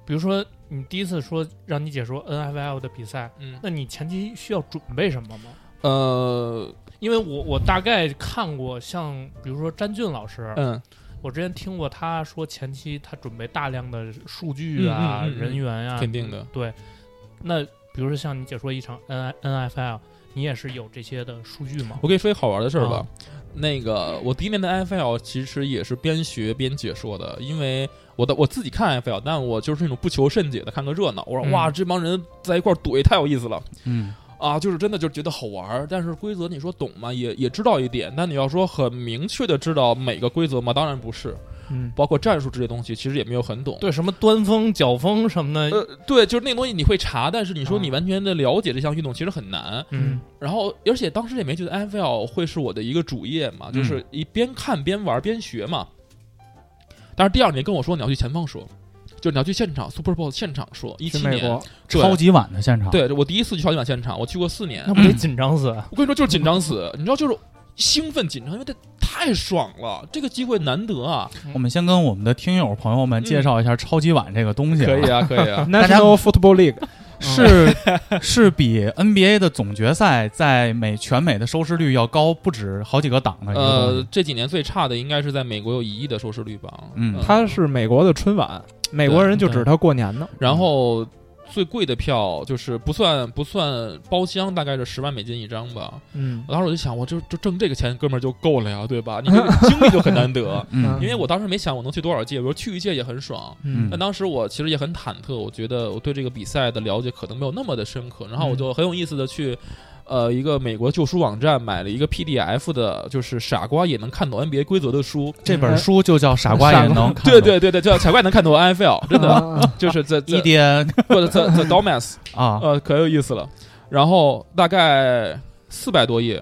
Speaker 5: 比如说你第一次说让你解说 NFL 的比赛，
Speaker 4: 嗯，
Speaker 5: 那你前期需要准备什么吗？
Speaker 4: 呃，
Speaker 5: 因为我我大概看过，像比如说詹俊老师，
Speaker 4: 嗯
Speaker 5: 我之前听过他说前期他准备大量的数据啊、
Speaker 4: 嗯嗯嗯嗯
Speaker 5: 人员啊，
Speaker 4: 肯定的
Speaker 5: 对，那比如说像你解说一场 N N F L，你也是有这些的数据吗？
Speaker 4: 我跟你说一好玩的事儿吧
Speaker 5: 啊。
Speaker 4: 那个，我第一年的 NFL 其实也是边学边解说的，因为我的我自己看 NFL，但我就是那种不求甚解的看个热闹。我说
Speaker 5: 嗯
Speaker 4: 哇，这帮人在一块儿怼太有意思了
Speaker 2: 嗯
Speaker 4: 啊！就是真的就觉得好玩儿，但是规则你说懂吗？也也知道一点，但你要说很明确的知道每个规则吗？当然不是。
Speaker 3: 嗯，
Speaker 4: 包括战术这些东西，其实也没有很懂。
Speaker 5: 对什么端风、脚风什么的，
Speaker 4: 呃，对，就是那东西你会查，但是你说
Speaker 5: 嗯
Speaker 4: 你完全的了解这项运动其实很难。
Speaker 5: 嗯，
Speaker 4: 然后，而且当时也没觉得 NFL 会是我的一个主业嘛，就是一边看边玩边学嘛。但是第二年跟我说你要去前方说，就是你要去现场 Super Bowl 现场说，一
Speaker 3: 去
Speaker 4: 七
Speaker 3: 美
Speaker 4: 年
Speaker 3: 国，
Speaker 4: 对
Speaker 2: 超级晚的现场，，
Speaker 4: 对，我第一次去超级碗现场，我去过四年，
Speaker 5: 那不得紧张死？
Speaker 4: 我跟你说就是紧张死，你知道就是兴奋紧张，因为这太爽了，这个机会难得啊！
Speaker 2: 我们先跟我们的听友朋友们介绍一下超级碗这个东西、
Speaker 4: 可以，啊，可
Speaker 2: *laughs*
Speaker 4: 以啊，
Speaker 3: National Football League
Speaker 2: 是 *laughs* 是比 NBA 的总决赛在美全美的收视率要高不止好几个档的一个东
Speaker 4: 呃
Speaker 2: 西。，
Speaker 4: 这几年最差的应该是在美国有一亿的收视率吧？呃
Speaker 2: 嗯，
Speaker 3: 它是美国的春晚，美国人就指它过年呢。
Speaker 4: 然后最贵的票就是不算不算包厢，大概是十万美金一张吧。
Speaker 3: 嗯
Speaker 4: 我当时我就想，我就就挣这个钱，哥们儿就够了呀，对吧？你这个经历就很难得
Speaker 2: 嗯
Speaker 4: 因为我当时没想我能去多少届，我说去一届也很爽。
Speaker 3: 嗯
Speaker 4: 但当时我其实也很忐忑，我觉得我对这个比赛的了解可能没有那么的深刻。然后我就很有意思的去，呃，一个美国旧书网站买了一个 PDF 的，就是傻瓜也能看懂 NBA 规则的书。
Speaker 2: 这本书就叫《傻瓜也能看懂》，啊
Speaker 4: 对对对对，叫傻瓜也能看懂 NFL，
Speaker 2: *laughs*
Speaker 4: 真的
Speaker 3: 的，
Speaker 4: 就是在
Speaker 2: 一
Speaker 4: 在
Speaker 2: 点
Speaker 4: 或者在在 Domas，
Speaker 2: ，E 啊，
Speaker 4: 呃，可有意思了。然后大概四百多页。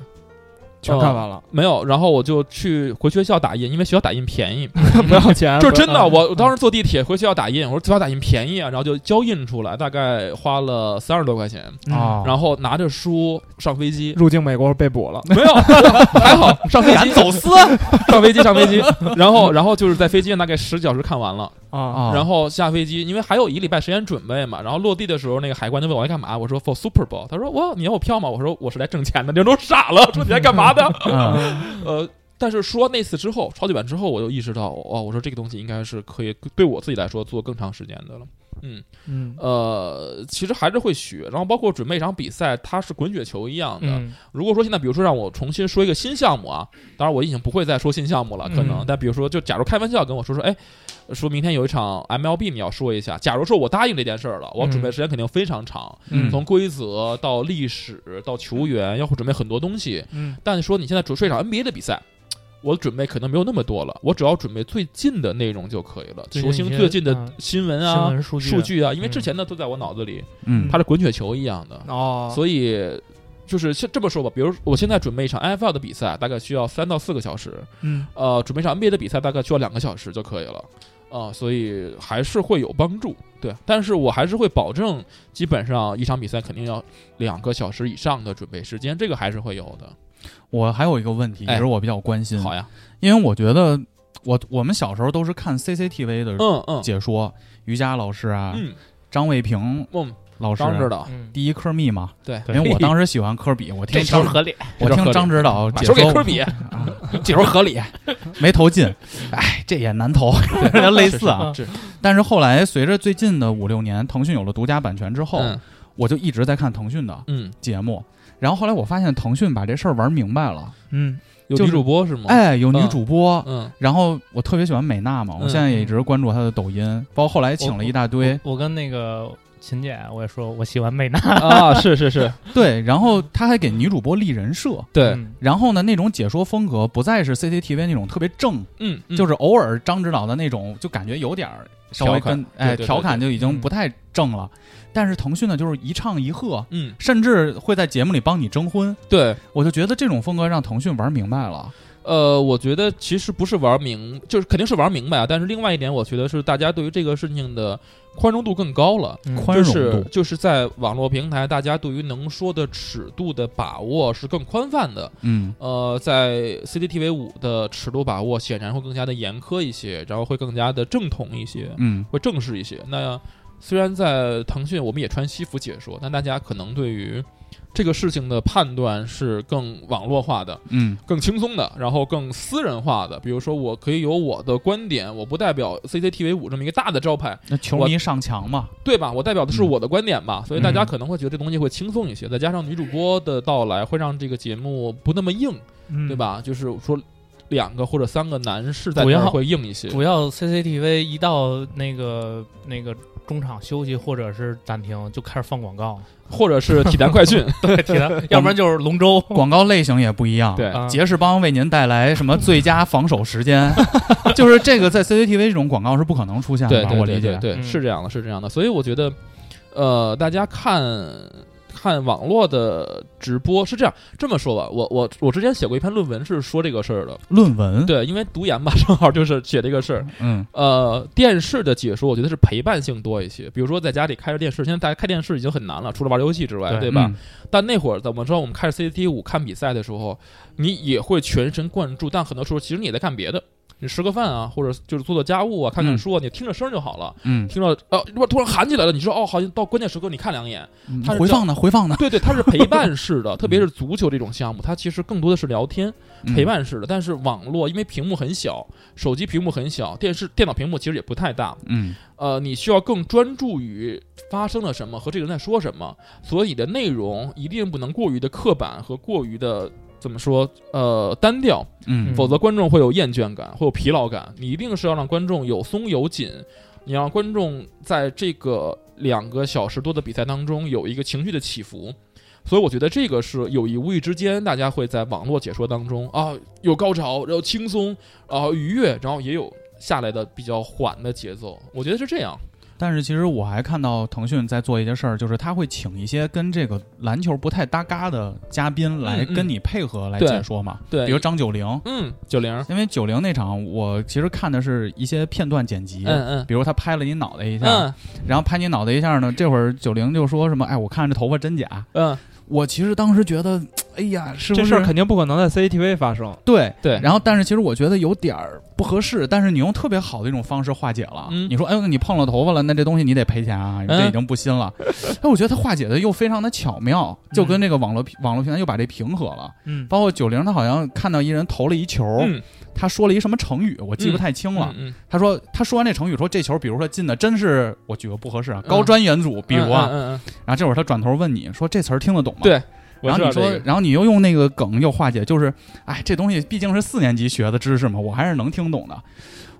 Speaker 3: 全看完了，
Speaker 4: 没有，然后我就去回学校打印，因为学校打印
Speaker 2: *laughs*
Speaker 4: 便宜，
Speaker 5: 呃 *laughs*
Speaker 3: 不要钱，
Speaker 4: 就是真的。
Speaker 3: 嗯
Speaker 4: 我我当时坐地铁回学校打印，我说学校打印便宜啊，然后就胶印出来，大概花了三十多块钱，
Speaker 5: 嗯
Speaker 2: 哦，
Speaker 4: 然后拿着书上飞机，
Speaker 3: 啊
Speaker 2: *laughs*
Speaker 3: 入境美国被捕了，
Speaker 4: 没有， *laughs* 还好上飞
Speaker 2: 敢
Speaker 4: 机
Speaker 2: 走私
Speaker 4: *laughs* 上飞机上飞机，然后然后就是在飞机上大概十小时看完了，
Speaker 3: 啊
Speaker 2: 啊，
Speaker 4: 然后下飞机，因为还有一礼拜时间准备嘛。然后落地的时候，那个海关就问我来哎干嘛，我说 for Super Bowl。他说哇，你要我票吗？我说我是来挣钱的。 *laughs* 这都傻了，说你来干嘛的？
Speaker 2: 嗯
Speaker 4: *laughs* 呃，但是说那次之后，超级碗之后，我就意识到，哇，我说这个东西应该是可以对我自己来说做更长时间的了。嗯，
Speaker 3: 嗯
Speaker 4: 呃，其实还是会学，然后包括准备一场比赛，它是滚雪球一样的。
Speaker 5: 嗯，
Speaker 4: 如果说现在，比如说让我重新说一个新项目啊，当然我已经不会再说新项目了，可能。
Speaker 5: 嗯
Speaker 4: 但比如说，就假如开玩笑跟我说说，哎，说明天有一场 MLB，你要说一下。假如说我答应这件事儿了，
Speaker 5: 嗯
Speaker 4: 我要准备时间肯定非常长，
Speaker 2: 嗯
Speaker 4: 从规则到历史到球员，要会准备很多东西。
Speaker 3: 嗯，
Speaker 4: 但说你现在准说一场 NBA 的比赛。我准备可能没有那么多了，我只要准备最近的内容就可以了，
Speaker 5: 最近
Speaker 4: 球星
Speaker 5: 一些
Speaker 4: 最近的
Speaker 5: 嗯
Speaker 4: 新闻
Speaker 5: 新
Speaker 4: 啊、
Speaker 5: 闻数据
Speaker 4: 数据啊，因为
Speaker 5: 嗯
Speaker 4: 之前的都在我脑子里，
Speaker 2: 嗯
Speaker 4: 它是滚雪球一样的。
Speaker 3: 哦，
Speaker 4: 所以就是像这么说吧，比如我现在准备一场 NFL 的比赛，大概需要三到四个小时，
Speaker 3: 嗯
Speaker 4: 呃，准备一场 NBA 的比赛大概需要两个小时就可以了。啊、所以还是会有帮助，对，但是我还是会保证，基本上一场比赛肯定要两个小时以上的准备时间，这个还是会有的。
Speaker 2: 我还有一个问题，
Speaker 4: 哎
Speaker 2: 也是我比较关心，
Speaker 4: 好呀，
Speaker 2: 因为我觉得我我们小时候都是看 CCTV 的
Speaker 4: 嗯嗯
Speaker 2: 解说，瑜伽老师啊，
Speaker 4: 嗯
Speaker 2: 张卫平
Speaker 4: 嗯，
Speaker 2: 老师，
Speaker 4: 张指导，
Speaker 5: 嗯，
Speaker 2: 第一科密嘛，
Speaker 4: 对
Speaker 2: 因为我当时喜欢科比，我听
Speaker 4: *laughs*
Speaker 5: 这事儿
Speaker 2: 张
Speaker 5: 合理，
Speaker 2: 我听张指导
Speaker 4: 把
Speaker 2: 解
Speaker 4: 球给
Speaker 2: 说
Speaker 4: 科比，
Speaker 2: 啊，解说合理，没投
Speaker 4: *laughs*
Speaker 2: 进，哎，这也难投， *laughs* 类似啊。
Speaker 4: 是是
Speaker 2: 但是后来随着最近的五六年，腾讯有了独家版权之后，
Speaker 4: 嗯
Speaker 2: 我就一直在看腾讯的
Speaker 4: 嗯，
Speaker 2: 节目。然后后来我发现腾讯把这事儿玩明白了，
Speaker 3: 嗯
Speaker 4: 有
Speaker 2: 就
Speaker 4: 女
Speaker 2: 是
Speaker 4: 主播是吗？，
Speaker 2: 哎，有女
Speaker 4: 嗯
Speaker 2: 主播， *laughs*
Speaker 4: 嗯，
Speaker 2: 然后我特别喜欢美娜嘛，我现在也一直关注她的抖音，包括后来请了一大堆。
Speaker 5: 我跟那个秦姐我也说，我喜欢美娜，
Speaker 4: 啊，是是是，
Speaker 2: *laughs* 对，然后她还给女主播立人设，
Speaker 4: 对，
Speaker 5: 嗯
Speaker 2: 然后呢，那种解说风格不再是 CCTV 那种特别正，
Speaker 4: 嗯，嗯
Speaker 2: 就是偶尔张指导的那种，就感觉有点儿稍微跟
Speaker 4: 调侃
Speaker 2: 哎
Speaker 4: 对对对
Speaker 2: 调侃就已经
Speaker 5: 嗯
Speaker 2: 不太正了。但是腾讯呢，就是一唱一和，
Speaker 4: 嗯，
Speaker 2: 甚至会在节目里帮你征婚。
Speaker 4: 对，
Speaker 2: 我就觉得这种风格让腾讯玩明白了。
Speaker 4: 呃，我觉得其实不是玩明，就是肯定是玩明白啊。但是另外一点，我觉得是大家对于这个事情的宽容度更高了，
Speaker 5: 嗯
Speaker 2: 宽容
Speaker 4: 就是
Speaker 2: 度
Speaker 4: 就是在网络平台，大家对于能说的尺度的把握是更宽泛的。
Speaker 2: 嗯
Speaker 4: 呃，在 CCTV 五的尺度把握显然会更加的严苛一些，然后会更加的正统一些，
Speaker 2: 嗯
Speaker 4: 会正式一些。那虽然在腾讯我们也穿西服解说，但大家可能对于这个事情的判断是更网络化的。
Speaker 2: 嗯
Speaker 4: 更轻松的，然后更私人化的。比如说，我可以有我的观点，我不代表 CCTV 五这么一个大的招牌，
Speaker 2: 那球迷上墙嘛，
Speaker 4: 对吧？我代表的是
Speaker 2: 嗯
Speaker 4: 我的观点吧，所以大家
Speaker 2: 嗯
Speaker 4: 可能会觉得这东西会轻松一些。再加上女主播的到来，会让这个节目不那么硬，
Speaker 3: 嗯，
Speaker 4: 对？吧？就是说。两个或者三个男士在
Speaker 5: 主
Speaker 4: 那
Speaker 5: 要
Speaker 4: 儿会硬一些。
Speaker 5: 主要 CCTV 一到那个那个中场休息或者是暂停，就开始放广告，
Speaker 4: 或者是体坛
Speaker 5: *laughs*
Speaker 4: 快讯，
Speaker 5: 对，铁达要不然就是龙舟。
Speaker 2: 广告类型也不一样。
Speaker 4: 对
Speaker 5: 啊
Speaker 2: 杰士邦为您带来什么最佳防守时间？ *laughs* 就是这个在 CCTV 这种广告是不可能出现
Speaker 4: 对
Speaker 2: 的吧？
Speaker 4: 对
Speaker 2: 我
Speaker 4: 对
Speaker 2: 理
Speaker 4: 对
Speaker 2: 解。
Speaker 4: 对，
Speaker 5: 嗯
Speaker 4: 是这样的，是这样的。所以我觉得，呃，大家看看网络的直播是这样这么说吧。我我我之前写过一篇论文是说这个事儿的，
Speaker 2: 论文，，
Speaker 4: 对，因为读研吧，正好就是写这个事儿。
Speaker 2: 嗯，
Speaker 4: 呃，电视的解说我觉得是陪伴性多一些，比如说在家里开着电视，现在大家开电视已经很难了，除了玩游戏之外，
Speaker 5: 对
Speaker 4: 对吧？
Speaker 2: 嗯
Speaker 4: 但那会儿怎么说，我们开着 CCTV 五看比赛的时候，你也会全神贯注，但很多时候其实你也在干别的，你吃个饭啊，或者就是做做家务啊，看看
Speaker 2: 嗯
Speaker 4: 书啊，你听着声儿就好了。
Speaker 2: 嗯？
Speaker 4: 听到呃，如果突然喊起来了，你说哦，好像到关键时刻你看两眼，
Speaker 2: 嗯，
Speaker 4: 它是
Speaker 2: 回放呢，回放呢，
Speaker 4: 对对，它是陪伴式的，特别是足球这种项目，它其实更多的是聊天
Speaker 2: 嗯
Speaker 4: 陪。伴式的。但是网络因为屏幕很小，手机屏幕很小，电视电脑屏幕其实也不太大，
Speaker 2: 嗯，
Speaker 4: 呃，你需要更专注于发生了什么和这个人在说什么，所以你的内容一定不能过于的刻板和过于的怎么说呃单调，
Speaker 2: 嗯
Speaker 4: 否则观众会有厌倦感，会有疲劳感。你一定是要让观众有松有紧，你让观众在这个两个小时多的比赛当中有一个情绪的起伏。所以我觉得这个是有意无意之间，大家会在网络解说当中啊有高潮，然后轻松，然后愉悦，然后也有下来的比较缓的节奏。我觉得是这样。
Speaker 2: 但是其实我还看到腾讯在做一件事儿，就是他会请一些跟这个篮球不太搭嘎的嘉宾来
Speaker 4: 嗯嗯
Speaker 2: 跟你配合来
Speaker 4: 对
Speaker 2: 解说嘛，
Speaker 4: 对
Speaker 2: 比如张九龄，
Speaker 4: 嗯，九零，
Speaker 2: 因为九龄那场我其实看的是一些片段剪辑，
Speaker 4: 嗯嗯
Speaker 2: 比如他拍了你脑袋一下，
Speaker 4: 嗯
Speaker 2: 然后拍你脑袋一下呢，这会儿九龄就说什么，哎，我看这头发真假，
Speaker 4: 嗯，
Speaker 2: 我其实当时觉得，哎呀，是不
Speaker 3: 这事
Speaker 2: 是
Speaker 3: 儿肯定不可能在 CCTV 发生。
Speaker 2: 对
Speaker 4: 对
Speaker 2: 然后，但是其实我觉得有点儿不合适，但是你用特别好的一种方式化解了。
Speaker 4: 嗯
Speaker 2: 你说，哎呦，你碰了头发了，那这东西你得赔钱啊，这已经不新了。哎，我觉得他化解的又非常的巧妙，就跟这个网络平、网络平台又把这平和了。
Speaker 5: 嗯，
Speaker 2: 包括九零，他好像看到一人投了一球，
Speaker 4: 嗯
Speaker 2: 他说了一什么成语，我记不
Speaker 4: 嗯
Speaker 2: 太清了。
Speaker 4: 嗯，
Speaker 2: 他说，他说完这成语说这球，比如说进的真是，我举个不合适啊，
Speaker 4: 嗯
Speaker 2: 高瞻远瞩，比如啊。
Speaker 4: 嗯嗯嗯，
Speaker 2: 然后这会儿他转头问你说这词儿听得懂吗？
Speaker 4: 对我
Speaker 2: 然后
Speaker 4: 知道
Speaker 2: 你说，
Speaker 4: 这个
Speaker 2: 然后你又用那个梗又化解，就是，哎，这东西毕竟是四年级学的知识嘛，我还是能听懂的。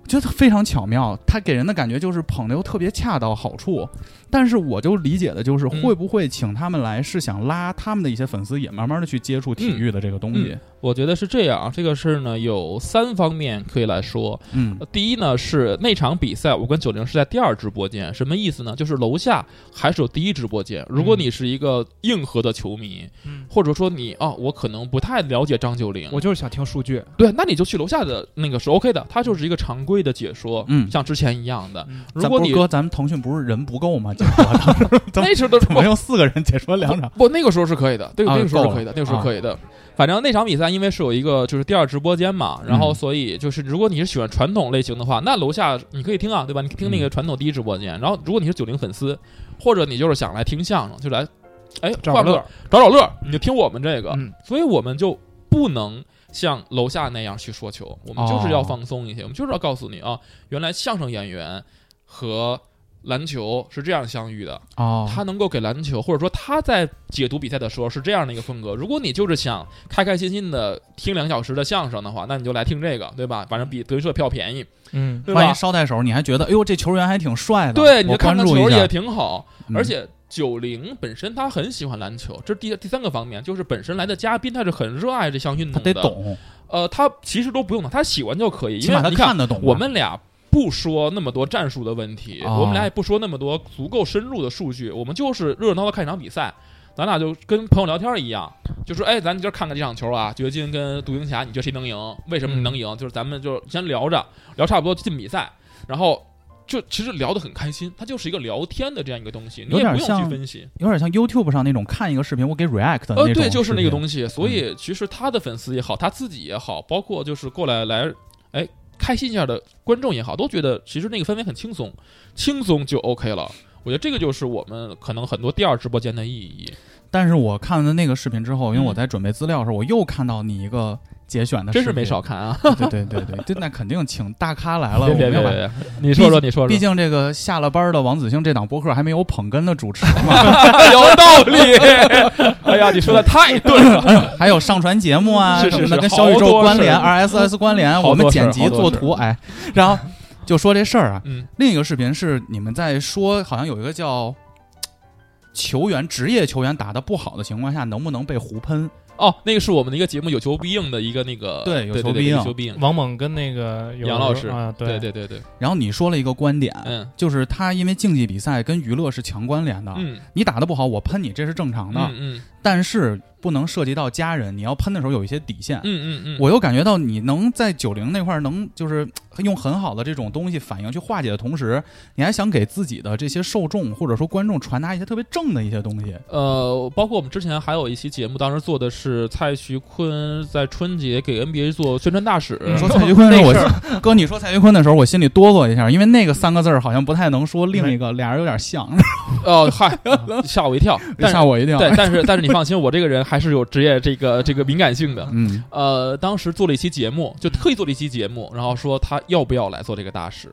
Speaker 2: 我觉得非常巧妙，他给人的感觉就是捧的又特别恰到好处。但是我就理解的就是，
Speaker 4: 嗯
Speaker 2: 会不会请他们来是想拉他们的一些粉丝也慢慢的去接触体
Speaker 4: 嗯
Speaker 2: 育的这个东西？
Speaker 4: 我觉得是这样啊，这个事儿呢有三方面可以来说。
Speaker 2: 嗯
Speaker 4: 呃第一呢是那场比赛，我跟九零是在第二直播间，什么意思呢？就是楼下还是有第一直播间。如果你是一个硬核的球迷，
Speaker 3: 嗯
Speaker 4: 或者说你啊，我可能不太了解张九龄，
Speaker 3: 我就是想听数据，
Speaker 4: 对，那你就去楼下的那个是 OK 的，它就是一个常规的解说，
Speaker 2: 嗯
Speaker 4: 像之前一样的。
Speaker 3: 嗯
Speaker 2: 咱
Speaker 4: 呃如果
Speaker 2: 不
Speaker 4: 你
Speaker 2: 是哥，咱们腾讯不是人不够吗？解说的咱
Speaker 4: 那时候都
Speaker 2: 怎么用四个人解说两场？
Speaker 4: 不，那个时候是可以的，对，
Speaker 2: 啊
Speaker 4: 那个时候是
Speaker 2: 够了
Speaker 4: 可以的，那个时候可以的。反正那场比赛，因为是有一个就是第二直播间嘛，然后
Speaker 2: 嗯
Speaker 4: 所以就是如果你是喜欢传统类型的话，那楼下你可以听啊，对吧？你听
Speaker 2: 嗯
Speaker 4: 那个传统第一直播间。然后如果你是九零粉丝，或者你就是想来听相声，就来，哎，
Speaker 3: 找
Speaker 4: 换
Speaker 3: 乐
Speaker 4: 个找找乐儿，你就听我们这个。
Speaker 3: 嗯
Speaker 4: 所以我们就不能像楼下那样去说球，我们就是要
Speaker 2: 哦
Speaker 4: 放松一些，我们就是要告诉你啊，原来相声演员和篮球是这样相遇的。
Speaker 2: 哦
Speaker 4: 他能够给篮球，或者说他在解读比赛的时候是这样的一个风格。如果你就是想开开心心的听两小时的相声的话，那你就来听这个，对吧？反正比德云社票便宜，
Speaker 5: 嗯，
Speaker 4: 对
Speaker 2: 万
Speaker 4: 吧
Speaker 2: 一？捎带手，你还觉得，哎呦，这球员还挺帅的，
Speaker 4: 对，你
Speaker 2: 我
Speaker 4: 就看
Speaker 2: 关
Speaker 4: 看
Speaker 2: 注
Speaker 4: 球
Speaker 2: 一下
Speaker 4: 也。挺好。
Speaker 2: 嗯
Speaker 4: 而且九零本身他很喜欢篮球，这是第第三个方面，就是本身来的嘉宾他是很热爱这项运
Speaker 2: 他
Speaker 4: 动
Speaker 2: 得
Speaker 4: 的。。
Speaker 2: 懂，
Speaker 4: 呃，他其实都不用的，他喜欢就可以，
Speaker 2: 起
Speaker 4: 因
Speaker 2: 码
Speaker 4: 为
Speaker 2: 他
Speaker 4: 你看
Speaker 2: 看得懂吧。
Speaker 4: 我们俩不说那么多战术的问题，
Speaker 2: 哦
Speaker 4: 我们俩也不说那么多足够深入的数据，我们就是热热闹闹看一场比赛。咱俩就跟朋友聊天一样，就说哎，咱今儿看看这场球啊，掘金跟独行侠，你觉得谁能赢？为什么你能赢？
Speaker 2: 嗯
Speaker 4: 就是咱们就先聊着，聊差不多进比赛，然后就其实聊得很开心，它就是一个聊天的这样一个东西，你
Speaker 2: 有
Speaker 4: 也
Speaker 2: 点
Speaker 4: 不用去
Speaker 2: 像
Speaker 4: 分析。
Speaker 2: 有点像 YouTube 上那种看一个视频我给 react 的那种、嗯
Speaker 4: 呃，对，就是那个
Speaker 2: 西。
Speaker 4: 东西。所以其实他的粉丝也好，他自己也好，包括就是过来来，哎，开心一下的观众也好，都觉得其实那个氛围很轻松，轻松就 OK 了。我觉得这个就是我们可能很多第二直播间的意义。
Speaker 2: 但是我看了那个视频之后，因为
Speaker 4: 嗯
Speaker 2: 我在准备资料的时候，我又看到你一个节选的视频，
Speaker 4: 真是没少
Speaker 2: *laughs*
Speaker 4: 看啊！
Speaker 2: 对。对对对对，这那肯定请大咖来了，
Speaker 4: 别
Speaker 2: 我
Speaker 4: *laughs* 别
Speaker 2: 没
Speaker 4: 别
Speaker 2: 有办法
Speaker 4: 别，你说说你说说，
Speaker 2: 毕竟这个下了班的王子星这档播客还没有捧哏的主持嘛，
Speaker 4: 有道理。哎呀，你说
Speaker 3: *laughs*
Speaker 4: 的太对了。
Speaker 2: 还有上传节目啊
Speaker 4: 是是
Speaker 2: 什么的，
Speaker 4: 是
Speaker 2: 跟小宇
Speaker 4: 好
Speaker 2: 宙
Speaker 4: 多
Speaker 2: 关联、
Speaker 4: 事
Speaker 2: RSS 关联，
Speaker 4: 好多
Speaker 2: 我们剪
Speaker 4: 事好
Speaker 2: 辑
Speaker 4: 多
Speaker 2: 做
Speaker 4: 事
Speaker 2: 图，哎，然后就说这事儿啊。
Speaker 4: 嗯，
Speaker 2: 另一个视频是你们在说，好像有一个叫球员职业球员打得不好的情况下，能不能被胡喷？
Speaker 4: 哦，那个是我们的一个节目《有求必应》的一个那个
Speaker 2: 对有
Speaker 4: 对
Speaker 2: 求
Speaker 4: 对
Speaker 2: 必应
Speaker 4: 有求必应。
Speaker 5: *laughs* 王猛跟那个有
Speaker 4: 杨老师
Speaker 5: 啊，
Speaker 4: 对
Speaker 5: 对，
Speaker 4: 对对对，
Speaker 2: 然后你说了一个观点，
Speaker 4: 嗯
Speaker 2: 就是他因为竞技比赛跟娱乐是强关联的，
Speaker 4: 嗯
Speaker 2: 你打得不好，我喷你这是正常的，
Speaker 4: 嗯嗯
Speaker 2: 但是不能涉及到家人，你要喷的时候有一些底线。
Speaker 4: 嗯嗯嗯，
Speaker 2: 我又感觉到你能在九零那块儿能就是呃用很好的这种东西反应去化解的同时，你还想给自己的这些受众或者说观众传达一些特别正的一些东西。
Speaker 4: 呃，包括我们之前还有一期节目，当时做的是蔡徐坤在春节给 NBA 做宣传大使，
Speaker 5: 嗯
Speaker 2: 说
Speaker 4: *laughs*
Speaker 2: 蔡徐坤的时候
Speaker 5: 那事
Speaker 2: 我哥，你说蔡徐坤的时候，我心里哆嗦一下，因为那个三个字儿好像不太能说另一个，俩人有点像，
Speaker 4: 哦嗨， *laughs* 吓我一跳，但
Speaker 2: *laughs*
Speaker 4: 是
Speaker 2: 吓我一跳。
Speaker 4: 对，但是但是你放心，我这个人还是有职业这个这个敏感性的。
Speaker 2: 嗯，
Speaker 4: 呃，当时做了一期节目，就特意做了一期节目，然后说他要不要来做这个大使？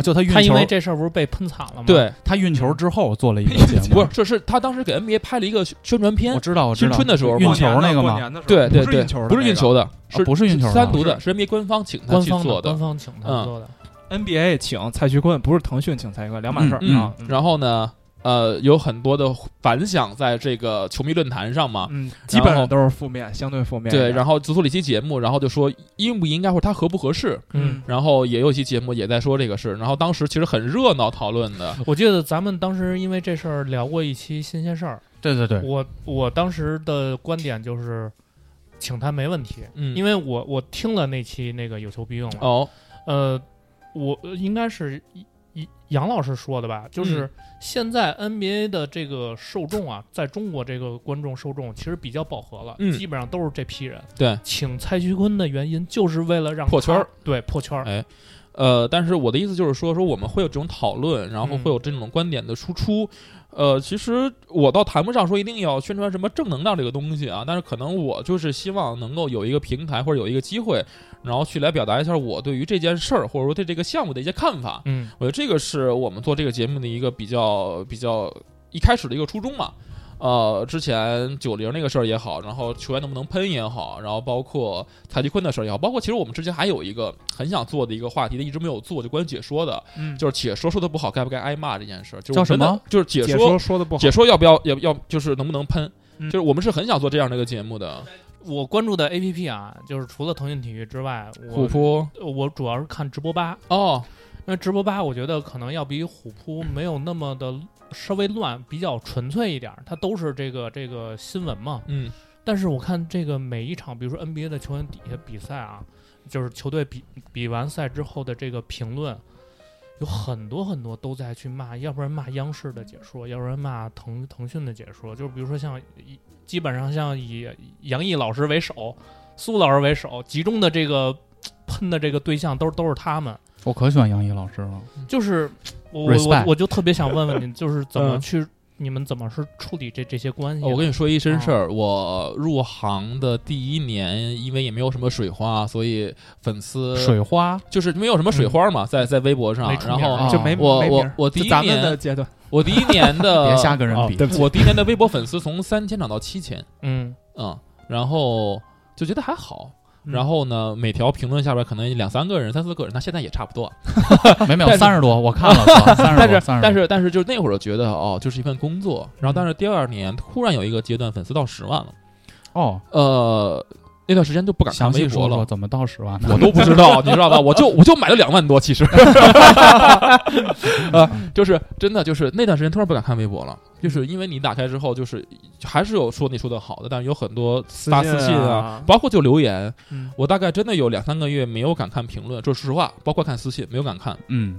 Speaker 2: 就他运
Speaker 5: 他因
Speaker 2: 球，
Speaker 5: 为这事儿不是被喷惨了吗？，
Speaker 4: 对，
Speaker 2: 他运球之后做了
Speaker 4: *laughs*
Speaker 2: 一个节目，
Speaker 4: 不是，这是他当时给 NBA 拍了一个宣传片
Speaker 2: 我，知道，我知
Speaker 4: 新
Speaker 2: 道
Speaker 4: 春的时候
Speaker 2: 运
Speaker 4: 嘛，
Speaker 2: 球那个
Speaker 3: 过
Speaker 2: 嘛，
Speaker 3: 年的时候
Speaker 4: 对对
Speaker 3: 不是
Speaker 4: 对
Speaker 3: 运球，的，
Speaker 4: 不是运球的，是
Speaker 2: 不是运球的
Speaker 4: 单独的，是 NBA 官方请他
Speaker 5: 官
Speaker 4: 去
Speaker 5: 方
Speaker 4: 做
Speaker 5: 官方请他
Speaker 4: 嗯
Speaker 5: 做的，
Speaker 3: 那个 NBA 请蔡徐坤，不是腾讯请蔡徐坤，两码事儿
Speaker 2: 嗯
Speaker 3: 啊。
Speaker 4: 然后呢，呃，有很多的反响在这个球迷论坛上嘛。
Speaker 3: 嗯，基本
Speaker 4: 然后
Speaker 3: 上都是负面，相对负面一点。
Speaker 4: 对，然后就做了一期节目，然后就说应不应该或者他合不合适，
Speaker 5: 嗯。
Speaker 4: 然后也有一期节目也在说这个事，然后当时其实很热闹讨论的，
Speaker 5: 我记得咱们当时因为这事儿聊过一期新鲜事儿，
Speaker 2: 对对对，
Speaker 5: 我我当时的观点就是，请他没问题，
Speaker 4: 嗯，
Speaker 5: 因
Speaker 4: 为
Speaker 5: 为我我听了那期那个有求必应了，
Speaker 4: 哦，
Speaker 5: 呃，我呃应该是一一杨老师说的吧，
Speaker 4: 嗯
Speaker 5: 就是现在 NBA 的这个受众啊，在中国这个观众受众其实比较饱和了，
Speaker 4: 嗯
Speaker 5: 基本上都是这批人。
Speaker 4: 对，
Speaker 5: 请蔡徐坤的原因就是为了让
Speaker 4: 破圈儿
Speaker 5: 他，对破圈儿
Speaker 4: 哎，呃，但是我的意思就是说，说我们会有这种讨论，然后
Speaker 5: 嗯
Speaker 4: 会有这种观点的输出。呃，其实我倒谈不上说一定要宣传什么正能量这个东西啊，但是可能我就是希望能够有一个平台或者有一个机会，然后去来表达一下我对于这件事儿或者说对这个项目的一些看法。
Speaker 5: 嗯，
Speaker 4: 我觉得这个是我们做这个节目的一个比较比较一开始的一个初衷嘛。呃，之前九零那个事儿也好，然后球员能不能喷也好，然后包括蔡徐坤的事儿也好，包括其实我们之前还有一个很想做的一个话题，但一直没有做，就关于解说的，
Speaker 3: 嗯，
Speaker 4: 就是解说说的不好该不该挨骂这件事儿，就是
Speaker 2: 叫
Speaker 4: 我觉
Speaker 2: 什么
Speaker 4: 得？就是解
Speaker 3: 解
Speaker 4: 说
Speaker 3: 说说的不好，
Speaker 4: 解说要不要要要就是能不能喷？
Speaker 3: 嗯
Speaker 4: 就是我们是很想做这样的一个节目的。
Speaker 5: 我关注的 APP 啊，就是除了腾讯体育之外，
Speaker 4: 虎
Speaker 5: 我呃
Speaker 4: 扑
Speaker 5: 我主要是看直播吧，
Speaker 4: 哦，
Speaker 5: 因为直播吧，我觉得可能要比虎扑没有那么的稍微乱，比较纯粹一点儿，它都是这个这个新闻嘛，
Speaker 4: 嗯
Speaker 5: 但是我看这个每一场，比如说 NBA 的球员底下比赛啊，就是球队比比完赛之后的这个评论，有很多很多都在去骂，要不然骂央视的解说，要不然骂腾腾讯的解说，就是比如说像以基本上像以杨毅老师为首，苏老师为首，集中的这个喷的这个对象都都是他们，
Speaker 2: 我可喜欢杨毅老师了。
Speaker 3: 嗯
Speaker 5: 就是我我
Speaker 2: Respect
Speaker 5: 我我就特别想问问
Speaker 3: *laughs*
Speaker 5: 你，就是怎么
Speaker 4: 嗯
Speaker 5: 去、你们怎么是处理这这些
Speaker 3: 哎
Speaker 5: 关系啊的？
Speaker 4: 哦我跟你说一
Speaker 3: 哦
Speaker 4: 身事儿，我入行的第一年，因为也没有什么水花，所以粉丝
Speaker 2: 水花，
Speaker 4: 就是没有什么水花嘛，在在微博上
Speaker 5: 没，出
Speaker 4: 然
Speaker 5: 名
Speaker 4: 后
Speaker 5: 儿
Speaker 2: 啊
Speaker 3: 就没
Speaker 4: 我
Speaker 3: 没名儿
Speaker 4: 我呃我第
Speaker 3: 就
Speaker 4: 一
Speaker 3: 咱们
Speaker 4: 年 *laughs*
Speaker 3: 的阶段，
Speaker 4: 我第一年
Speaker 3: *laughs*
Speaker 4: 的，啊
Speaker 2: 别瞎跟人
Speaker 3: 哦
Speaker 2: 比。
Speaker 3: 对不起
Speaker 4: 我第一年的微博粉丝从三千涨到七千，
Speaker 5: 嗯
Speaker 4: 嗯，然后就觉得还好。
Speaker 3: 嗯
Speaker 4: 然后呢，每条评论下边可能两三个人、三四个人，那现在也差不多。
Speaker 2: 没没
Speaker 4: 但
Speaker 2: 有
Speaker 4: 是
Speaker 2: 三十多，我看了，
Speaker 4: *laughs*
Speaker 2: 操三十
Speaker 4: 但
Speaker 2: 多，
Speaker 4: 是
Speaker 2: 三十。
Speaker 4: 但，是但是，就那会儿觉得哦，就是一份工作。然后，
Speaker 3: 嗯
Speaker 4: 但是第二年突然有一个阶段，粉丝到十万了，
Speaker 2: 哦，
Speaker 4: 呃，那段时间就不敢看
Speaker 2: 详
Speaker 4: 微
Speaker 2: 细
Speaker 4: 博
Speaker 2: 说
Speaker 4: 了
Speaker 2: 说。怎么到十万的？
Speaker 4: 我都不知道，你知道吧？我就我就买了两万多，其实，呃，就是真的，就是那段时间突然不敢看微博了，就是因为你打开之后，就是还是有说你说的好的，但是有很多发私信啊
Speaker 3: 啊，
Speaker 4: 包括就留言，
Speaker 3: 嗯
Speaker 4: 我大概真的有两三个月没有敢看评论，说实话，包括看私信没有敢看。
Speaker 2: 嗯，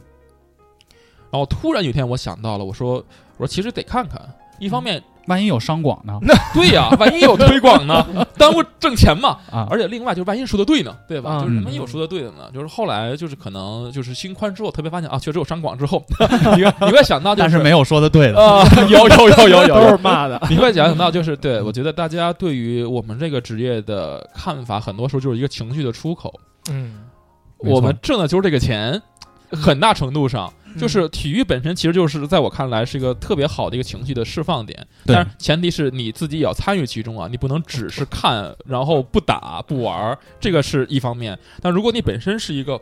Speaker 4: 然后突然有一天我想到了，我说我说其实得看看，一方面
Speaker 2: 万一有商广呢？
Speaker 4: 对呀、 *laughs* 万一有推广
Speaker 2: *laughs*
Speaker 4: 呢，耽误挣钱嘛。
Speaker 2: 啊，
Speaker 4: 而且另外就是，万一说的对呢，对吧？
Speaker 3: 嗯
Speaker 4: 就是
Speaker 2: 嗯
Speaker 4: 万一有说的对的呢，就是后来就是可能就是新宽之后，特别发现啊，确实有商广之后， *laughs* 你会你会想到、就
Speaker 2: 但是
Speaker 4: *laughs*
Speaker 2: 没有说的对的。
Speaker 4: 啊、有有有有有
Speaker 3: 都
Speaker 2: *laughs*
Speaker 3: 是
Speaker 4: 有，
Speaker 3: 骂的。
Speaker 4: *laughs* 你会想到就是对我觉得大家对于我们这个职业的看法，很多时候就是一个情绪的出口。
Speaker 5: 嗯，
Speaker 2: 没错
Speaker 4: 我们挣的就是这个钱，很大程度上
Speaker 2: 嗯
Speaker 4: 就是体育本身，其实就是在我看来是一个特别好的一个情绪的释放点。
Speaker 2: 对
Speaker 4: 但是前提是你自己也要参与其中啊，你不能只是看，然后不打不玩儿，这个是一方面。但如果你本身是一个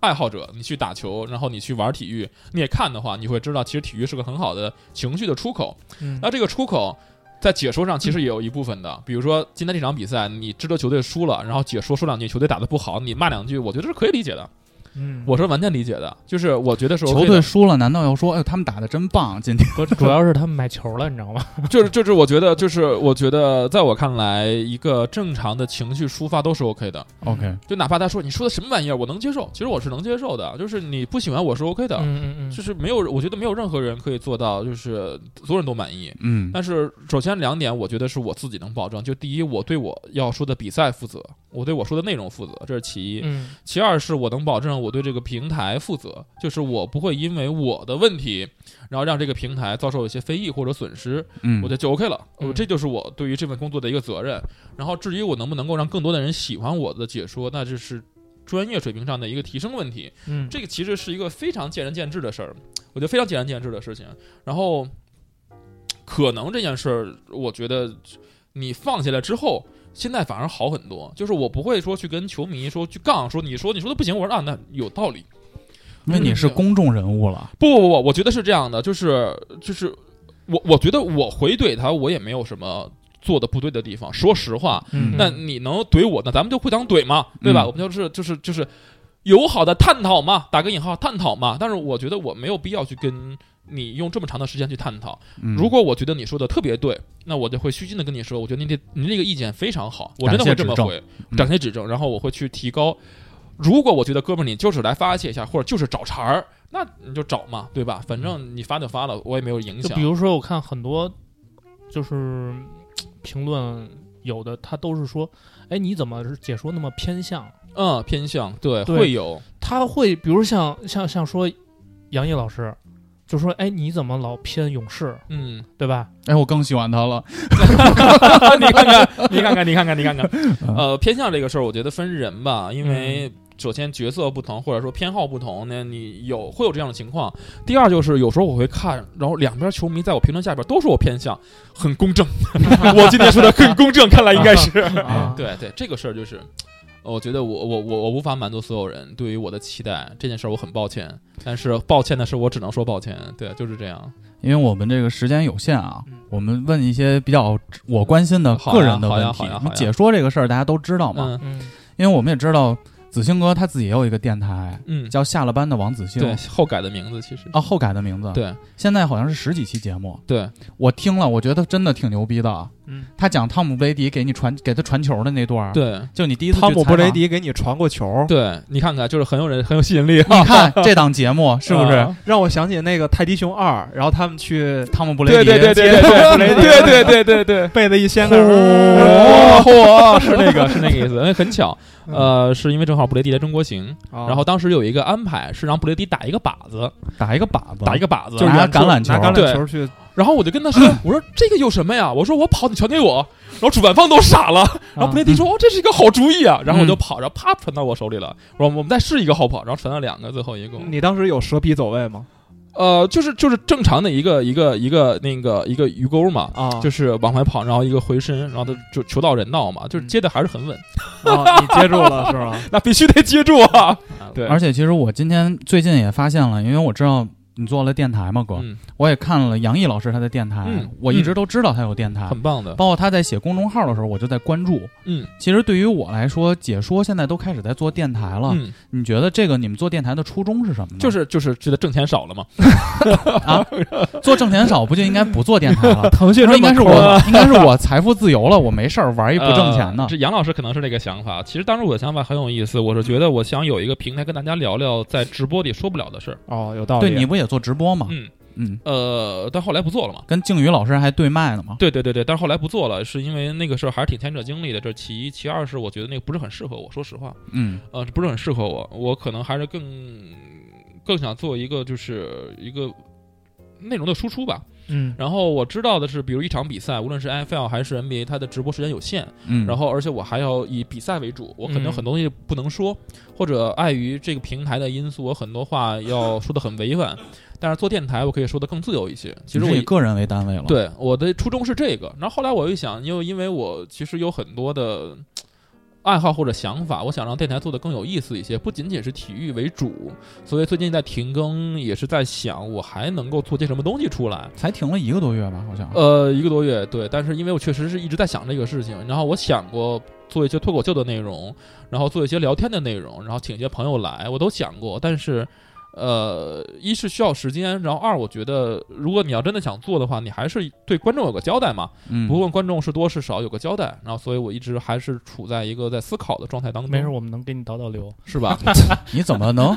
Speaker 4: 爱好者，你去打球，然后你去玩体育，你也看的话，你会知道其实体育是个很好的情绪的出口。
Speaker 3: 嗯
Speaker 4: 那这个出口在解说上其实也有一部分的，比如说今天这场比赛，你知道球队输了，然后解说说两句，球队打得不好，你骂两句，我觉得是可以理解的，
Speaker 3: 嗯，
Speaker 4: 我是完全理解的。就是我觉得是 OK
Speaker 2: 球
Speaker 4: 的
Speaker 2: 队输了，难道要说哎他们打的真棒？今天
Speaker 5: 主主要是他们买球了，你知道吗？
Speaker 4: 就是就是我觉得就是我觉得在我看来，一个正常的情绪抒发都是 OK 的，
Speaker 2: OK，
Speaker 4: 就哪怕他说你说的什么玩意儿，我能接受，其实我是能接受的，就是你不喜欢我是 OK 的。
Speaker 5: 嗯嗯嗯，
Speaker 4: 就是没有，我觉得没有任何人可以做到，就是所有人都满意。
Speaker 2: 嗯，
Speaker 4: 但是首先两点，我觉得是我自己能保证。就第一，我对我要说的比赛负责，我对我说的内容负责，这是其一。
Speaker 5: 嗯
Speaker 4: 其二是我能保证我对这个平台负责，就是我不会因为我的问题，然后让这个平台遭受一些非议或者损失，
Speaker 2: 嗯
Speaker 4: 我觉得就 OK 了。
Speaker 5: 嗯
Speaker 4: 我这就是我对于这份工作的一个责任。然后至于我能不能够让更多的人喜欢我的解说，那就是专业水平上的一个提升问题。
Speaker 5: 嗯，
Speaker 4: 这个其实是一个非常见仁见智的事儿，我觉得非常见仁见智的事情。然后，可能这件事儿，我觉得你放下来之后，现在反而好很多。就是我不会说去跟球迷说去杠，说你说你说的不行，我说啊，那有道理。
Speaker 2: 因为你是公众人物了，
Speaker 4: 不不不，我觉得是这样的，就是就是我我觉得我回怼他，我也没有什么做的不对的地方。说实话，
Speaker 5: 嗯
Speaker 4: 那你能怼我，那咱们就互相怼嘛，对吧？
Speaker 2: 嗯
Speaker 4: 我们就是就是就是友好的探讨嘛，打个引号探讨嘛。但是我觉得我没有必要去跟你用这么长的时间去探讨。
Speaker 2: 嗯
Speaker 4: 如果我觉得你说的特别对，那我就会虚心的跟你说，我觉得你这你这个意见非常好，我真的会这么
Speaker 2: 感谢
Speaker 4: 回，
Speaker 2: 嗯
Speaker 4: 感谢指正，然后我会去提高。如果我觉得哥们儿你就是来发泄一下，或者就是找茬儿，那你就找嘛，对吧？反正你发就发了，我也没有影
Speaker 5: 就
Speaker 4: 响
Speaker 5: 比。如说，我看很多就是评论，有的他都是说，哎，你怎么是解说那么偏向？
Speaker 4: 嗯，偏向对
Speaker 5: 对
Speaker 4: 会有，
Speaker 5: 他会比如像像像说杨毅老师，就说，哎，你怎么老偏勇士，
Speaker 4: 嗯，
Speaker 5: 对吧？
Speaker 2: 哎，我更喜欢他了。
Speaker 4: 你看看，你看看，你看看，你看看。呃，偏向这个事儿，我觉得分人吧，因为首先角色不同，或者说偏好不同，那你有会有这样的情况。第二就是有时候我会看，然后两边球迷在我评论下边都说我偏向，很公正。 *laughs* 我今天说的很公正，看来应该是
Speaker 1: 嗯
Speaker 5: 啊，
Speaker 4: *laughs* 对对，这个事儿就是。我觉得我我我我无法满足所有人对于我的期待，这件事儿我很抱歉。但是抱歉的是，我只能说抱歉。对，就是这样。
Speaker 2: 因为我们这个时间有限啊
Speaker 3: 嗯，
Speaker 2: 我们问一些比较我关心的
Speaker 4: 好呀
Speaker 2: 个人的
Speaker 4: 好呀
Speaker 2: 问题
Speaker 4: 好呀好呀。
Speaker 2: 解说这个事儿大家都知道嘛，
Speaker 4: 嗯
Speaker 5: 嗯
Speaker 2: 因为我们也知道子星哥他自己也有一个电台
Speaker 4: 嗯，
Speaker 2: 叫下了班的王子星
Speaker 4: 对，后改的名字其实
Speaker 2: 啊，后改的名字。，
Speaker 4: 对
Speaker 2: 现在好像是十几期节目，
Speaker 4: 对，
Speaker 2: 我听了，我觉得真的挺牛逼的。啊
Speaker 3: 嗯，
Speaker 2: 他讲汤姆·威迪给你传给他传球的那段，，
Speaker 4: 对，
Speaker 2: 就你第一次去
Speaker 3: 汤
Speaker 2: 采
Speaker 3: 姆布
Speaker 2: 访
Speaker 3: 雷，迪给你传过球，
Speaker 4: 对你看看，就是很有人很有吸引力啊，
Speaker 2: 你
Speaker 3: *laughs*
Speaker 2: 看这档节目是不是
Speaker 4: 啊？
Speaker 3: 让我想起那个泰迪熊二，然后他们去
Speaker 2: 汤姆·布雷
Speaker 4: 对
Speaker 2: 迪？
Speaker 4: 对对对对对对对对对对，
Speaker 3: 被子一掀开，
Speaker 4: 嚯嚯，哦是
Speaker 2: *laughs*
Speaker 4: 那个是那个意思，哎很巧，
Speaker 2: 嗯
Speaker 4: 呃，是因为正好布雷迪来中国行，然
Speaker 2: 哦
Speaker 3: 然
Speaker 4: 后当时有一个安排是让布雷迪打一个靶子，
Speaker 2: 打一个靶子，
Speaker 4: 打一个靶子，
Speaker 2: 哦就是拿橄榄球
Speaker 3: 拿橄
Speaker 4: 对
Speaker 3: 榄球去，
Speaker 4: 然后我就跟
Speaker 2: *laughs*
Speaker 4: 他说，我说这个有什么呀？我说我跑，你传给我。然后主办方都傻了，
Speaker 2: 啊
Speaker 4: 然后布雷迪说：“哦，这是一个好主意
Speaker 2: 嗯
Speaker 4: 啊！”然后我就跑，然后啪传到我手里了。我说：“我们再试一个好不好？”然后传了两个，最后一
Speaker 2: 嗯
Speaker 4: 个。
Speaker 3: 你当时有蛇皮走位吗？
Speaker 4: 呃，就是就是正常的一个一个一个那个一个鱼钩嘛，
Speaker 3: 啊，
Speaker 4: 就是往外跑，然后一个回身，然后他就求到人到嘛，
Speaker 2: 嗯
Speaker 4: 就是接的还是很稳，
Speaker 3: 啊你接住了是吧？？
Speaker 4: 那必须得接住啊！对，
Speaker 2: 而且其实我今天最近也发现了，因为我知道你做了电台嘛，哥，
Speaker 4: 嗯，
Speaker 2: 我也看了杨毅老师他的电台，
Speaker 4: 嗯
Speaker 2: 我一直都知道他有电台，
Speaker 4: 很棒的，
Speaker 2: 包括他在写公众号的时候，我就在关注。
Speaker 4: 嗯
Speaker 2: 其实对于我来说，解说现在都开始在做电台了。
Speaker 4: 嗯，
Speaker 2: 你觉得这个你们做电台的初衷是什么呢？
Speaker 4: 就是就是觉得挣钱少了嘛，
Speaker 2: 做挣钱少，不就应该不做电
Speaker 4: *laughs*
Speaker 2: 台了
Speaker 3: 腾讯
Speaker 2: 那
Speaker 3: 这
Speaker 2: 应
Speaker 3: 么
Speaker 2: 该是
Speaker 3: 抠啊
Speaker 2: 我，应该是我财富自由了，我没事儿玩一哎不挣钱的
Speaker 4: 呃。这杨老师可能是这个想法，其实当时我的想法很有意思，我是觉得我想有一个平台跟大家聊聊在直播里说不了的事儿，
Speaker 3: 哦，有道理。
Speaker 2: 对你不也做直播吗？
Speaker 4: 嗯，
Speaker 2: 嗯，
Speaker 4: 呃，但后来不做了嘛。
Speaker 2: 跟靖宇老师还对麦呢嘛。
Speaker 4: 对对对对，但是后来不做了，是因为那个事儿还是挺牵扯精力的。这是其一，其二是我觉得那个不是很适合我，说实话，
Speaker 2: 嗯
Speaker 4: 呃，不是很适合我。我可能还是更更想做一个就是一个内容的输出吧。
Speaker 3: 嗯，
Speaker 4: 然后我知道的是，比如一场比赛，无论是 NFL 还是 NBA，它的直播时间有限，
Speaker 2: 嗯，
Speaker 4: 然后而且我还要以比赛为主，我可能
Speaker 5: 嗯
Speaker 4: 很多东西不能说，或者碍于这个平台的因素，我很多话要说的很委婉。但是做电台，我可以说的更自由一些。其实
Speaker 2: 你
Speaker 4: 我
Speaker 2: 是以
Speaker 4: 也
Speaker 2: 个人为单位了。，
Speaker 4: 对我的初衷是这个，然后后来我又想，因为因为我其实有很多的嗯爱好或者想法，我想让电台做的更有意思一些，不仅仅是体育为主，所以最近在停更，也是在想我还能够做些什么东西出来。
Speaker 2: 才停了一个多月吧，好像。
Speaker 4: 呃，一个多月，对，但是因为我确实是一直在想这个事情，然后我想过做一些脱口秀的内容，然后做一些聊天的内容，然后请一些朋友来，我都想过，但是。呃，一是需要时间，然后二，我觉得如果你要真的想做的话，你还是对观众有个交代嘛，
Speaker 2: 嗯，
Speaker 4: 不，问观众是多是少有个交代。然后，所以我一直还是处在一个在思考的状态当中，
Speaker 5: 没事，我们能给你导导流。
Speaker 2: *laughs*
Speaker 4: 是吧？
Speaker 2: 你怎么
Speaker 4: *laughs*
Speaker 2: 能？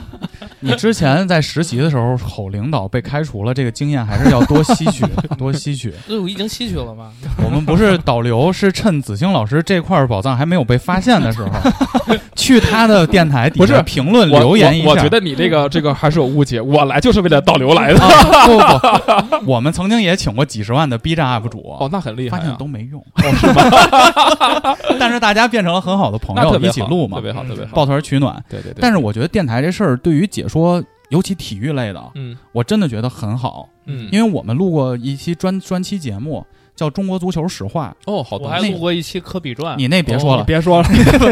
Speaker 2: 你之前在实习的时候吼领导被开除了，这个经验还是要多吸取， *laughs* 多吸取。
Speaker 5: 对，我已经吸取了嘛。
Speaker 2: 我们不是导流，是趁子星老师这块宝藏还没有被发现的时
Speaker 4: *laughs*
Speaker 2: 候，去他的电台底
Speaker 4: 不是
Speaker 2: 下评论
Speaker 4: 我
Speaker 2: 留言一下。
Speaker 4: 我，我觉得你这个这个还是有误解，我来就是为了倒流来的。
Speaker 2: *laughs* 啊不不
Speaker 4: *laughs*
Speaker 2: 不，我们曾经也请过几十万的 B 站 UP 主，
Speaker 4: 哦，那很厉害、
Speaker 2: 发
Speaker 4: 啊，
Speaker 2: 现都没用， *laughs* 但是大家变成了很好的朋
Speaker 4: 哦那
Speaker 2: 友，
Speaker 4: 特别
Speaker 2: 一
Speaker 4: 好
Speaker 2: 起录嘛
Speaker 4: 特，别好，特别好。
Speaker 2: 抱团取暖。
Speaker 4: 对对对。
Speaker 2: 但是我觉得电台这事儿对于解说，尤其体育类的，
Speaker 4: 嗯
Speaker 2: 我真的觉得很好，
Speaker 4: 嗯，
Speaker 2: 因为我们录过一期专专期节目。叫中国足球史话，
Speaker 4: 哦，好
Speaker 5: 我
Speaker 4: 东
Speaker 5: 还
Speaker 4: 西
Speaker 5: 录过一期科比传，
Speaker 2: 你那别说了，
Speaker 3: 别说了，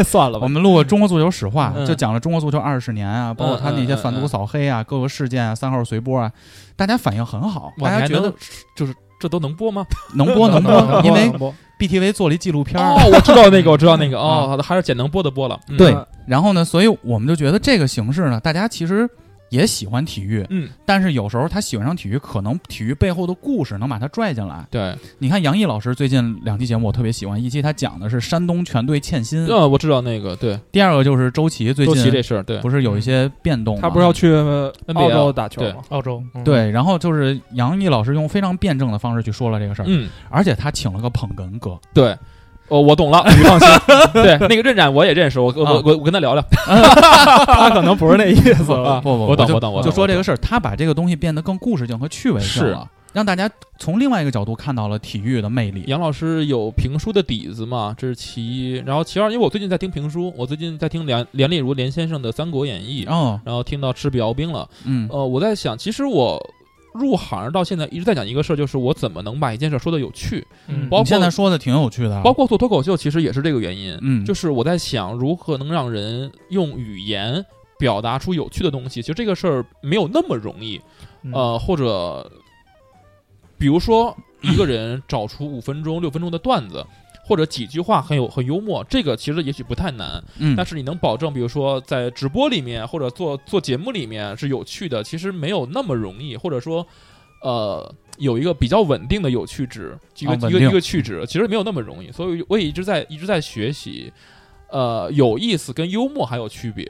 Speaker 3: 算了
Speaker 2: 我
Speaker 3: 吧。
Speaker 2: 们录过中国足球史话，
Speaker 5: 嗯
Speaker 2: 就讲了中国足球二十年啊，包括他那些反
Speaker 4: 嗯嗯
Speaker 2: 毒
Speaker 4: 嗯
Speaker 2: 扫黑啊、各个事件啊、三号随波啊，大家反应很好，
Speaker 4: 哇
Speaker 2: 大
Speaker 4: 你
Speaker 2: 家
Speaker 4: 还
Speaker 2: 觉
Speaker 4: 能
Speaker 2: 得
Speaker 4: 就是这都能播吗？
Speaker 2: 能播
Speaker 4: *laughs*
Speaker 2: 能播，因为
Speaker 3: 能播
Speaker 2: BTV 做了一纪录片儿。
Speaker 4: 哦，我知道那个，我知道那
Speaker 2: *laughs*
Speaker 4: 个，哦，好的，还是简能播的播了。嗯
Speaker 2: 嗯对
Speaker 3: 嗯，
Speaker 2: 然后呢，所以我们就觉得这个形式呢，大家其实也喜欢体育，
Speaker 4: 嗯，
Speaker 2: 但是有时候他喜欢上体育，可能体育背后的故事能把他拽进来。
Speaker 4: 对，
Speaker 2: 你看杨毅老师最近两期节目我特别喜欢，一期他讲的是山东全队欠薪，
Speaker 4: 嗯，我知道那个，对，
Speaker 2: 第二个就是周琦最
Speaker 4: 周琦这
Speaker 2: 近
Speaker 4: 事儿，对，
Speaker 2: 不是有一些变动吗，啊
Speaker 3: 他不是要去呃
Speaker 4: NBA
Speaker 3: 澳洲打球
Speaker 4: 对
Speaker 3: 吗？
Speaker 5: 澳洲，嗯，
Speaker 2: 对，然后就是杨毅老师用非常辩证的方式去说了这个事儿，
Speaker 4: 嗯，
Speaker 2: 而且他请了个捧哏哥，
Speaker 4: 对。哦，
Speaker 2: *laughs*
Speaker 4: 我懂了，你放心。对，那个任冉我也认识，我我
Speaker 2: 啊
Speaker 4: 我我我跟他聊聊。
Speaker 3: 他可能不是那意思
Speaker 4: 啊
Speaker 3: 了。
Speaker 2: 哦不不，
Speaker 4: 我懂
Speaker 2: 就
Speaker 4: 我懂我
Speaker 2: 就
Speaker 4: 懂
Speaker 2: 说
Speaker 4: 我
Speaker 2: 这个事儿，他把这个东西变得更故事性和趣味性
Speaker 4: 是
Speaker 2: 了，让大家从另外一个角度看到了体育的魅力。
Speaker 4: 杨老师有评书的底子嘛，这是其一。然后其二，因为我最近在听评书，我最近在听梁梁丽如连先生的《三国演义》，
Speaker 2: 哦，
Speaker 4: 然后听到赤壁鏖兵了。
Speaker 2: 嗯
Speaker 4: 呃，我在想，其实我入行到现在一直在讲一个事儿，就是我怎么能把一件事儿说的有趣，
Speaker 5: 嗯，
Speaker 4: 包
Speaker 2: 你现
Speaker 4: 括
Speaker 2: 在说的挺有趣的啊，
Speaker 4: 包括做脱口秀，其实也是这个原因。
Speaker 2: 嗯，
Speaker 4: 就是我在想，如何能让人用语言表达出有趣的东西。其实这个事儿没有那么容易，
Speaker 5: 嗯
Speaker 4: 呃，或者比如说一个人找出五分钟、六分钟的段子。或者几句话很有很幽默，这个其实也许不太难，
Speaker 2: 嗯
Speaker 4: 但是你能保证，比如说在直播里面或者做做节目里面是有趣的，其实没有那么容易，或者说，呃，有一个比较稳定的有趣值，一个、
Speaker 2: 啊稳
Speaker 4: 一个
Speaker 2: 定
Speaker 4: 一个趣值，其实没有那么容易，所以我也一直在一直在学习，呃，有意思跟幽默还有区别，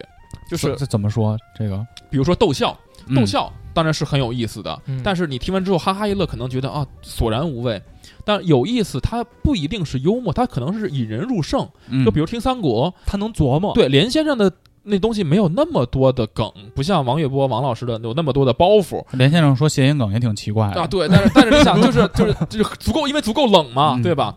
Speaker 4: 就是
Speaker 2: 这怎么说这个
Speaker 4: 比如说逗笑，
Speaker 2: 嗯
Speaker 4: 逗笑当然是很有意思的，
Speaker 5: 嗯
Speaker 4: 但是你听完之后哈哈一乐，可能觉得啊索然无味。但有意思，它不一定是幽默，它可能是引人入胜。
Speaker 2: 嗯
Speaker 4: 就比如听三国，
Speaker 3: 他能琢磨，
Speaker 4: 对连先生的那东西没有那么多的梗，不像王月波王老师的有那么多的包袱
Speaker 2: 连先生说谐音梗也挺奇怪
Speaker 3: 哎
Speaker 4: 啊。
Speaker 2: 的，
Speaker 4: 对，但是但是你想，就是
Speaker 3: *laughs*
Speaker 4: 就是就是足够，因为足够冷嘛，
Speaker 2: 嗯
Speaker 4: 对吧？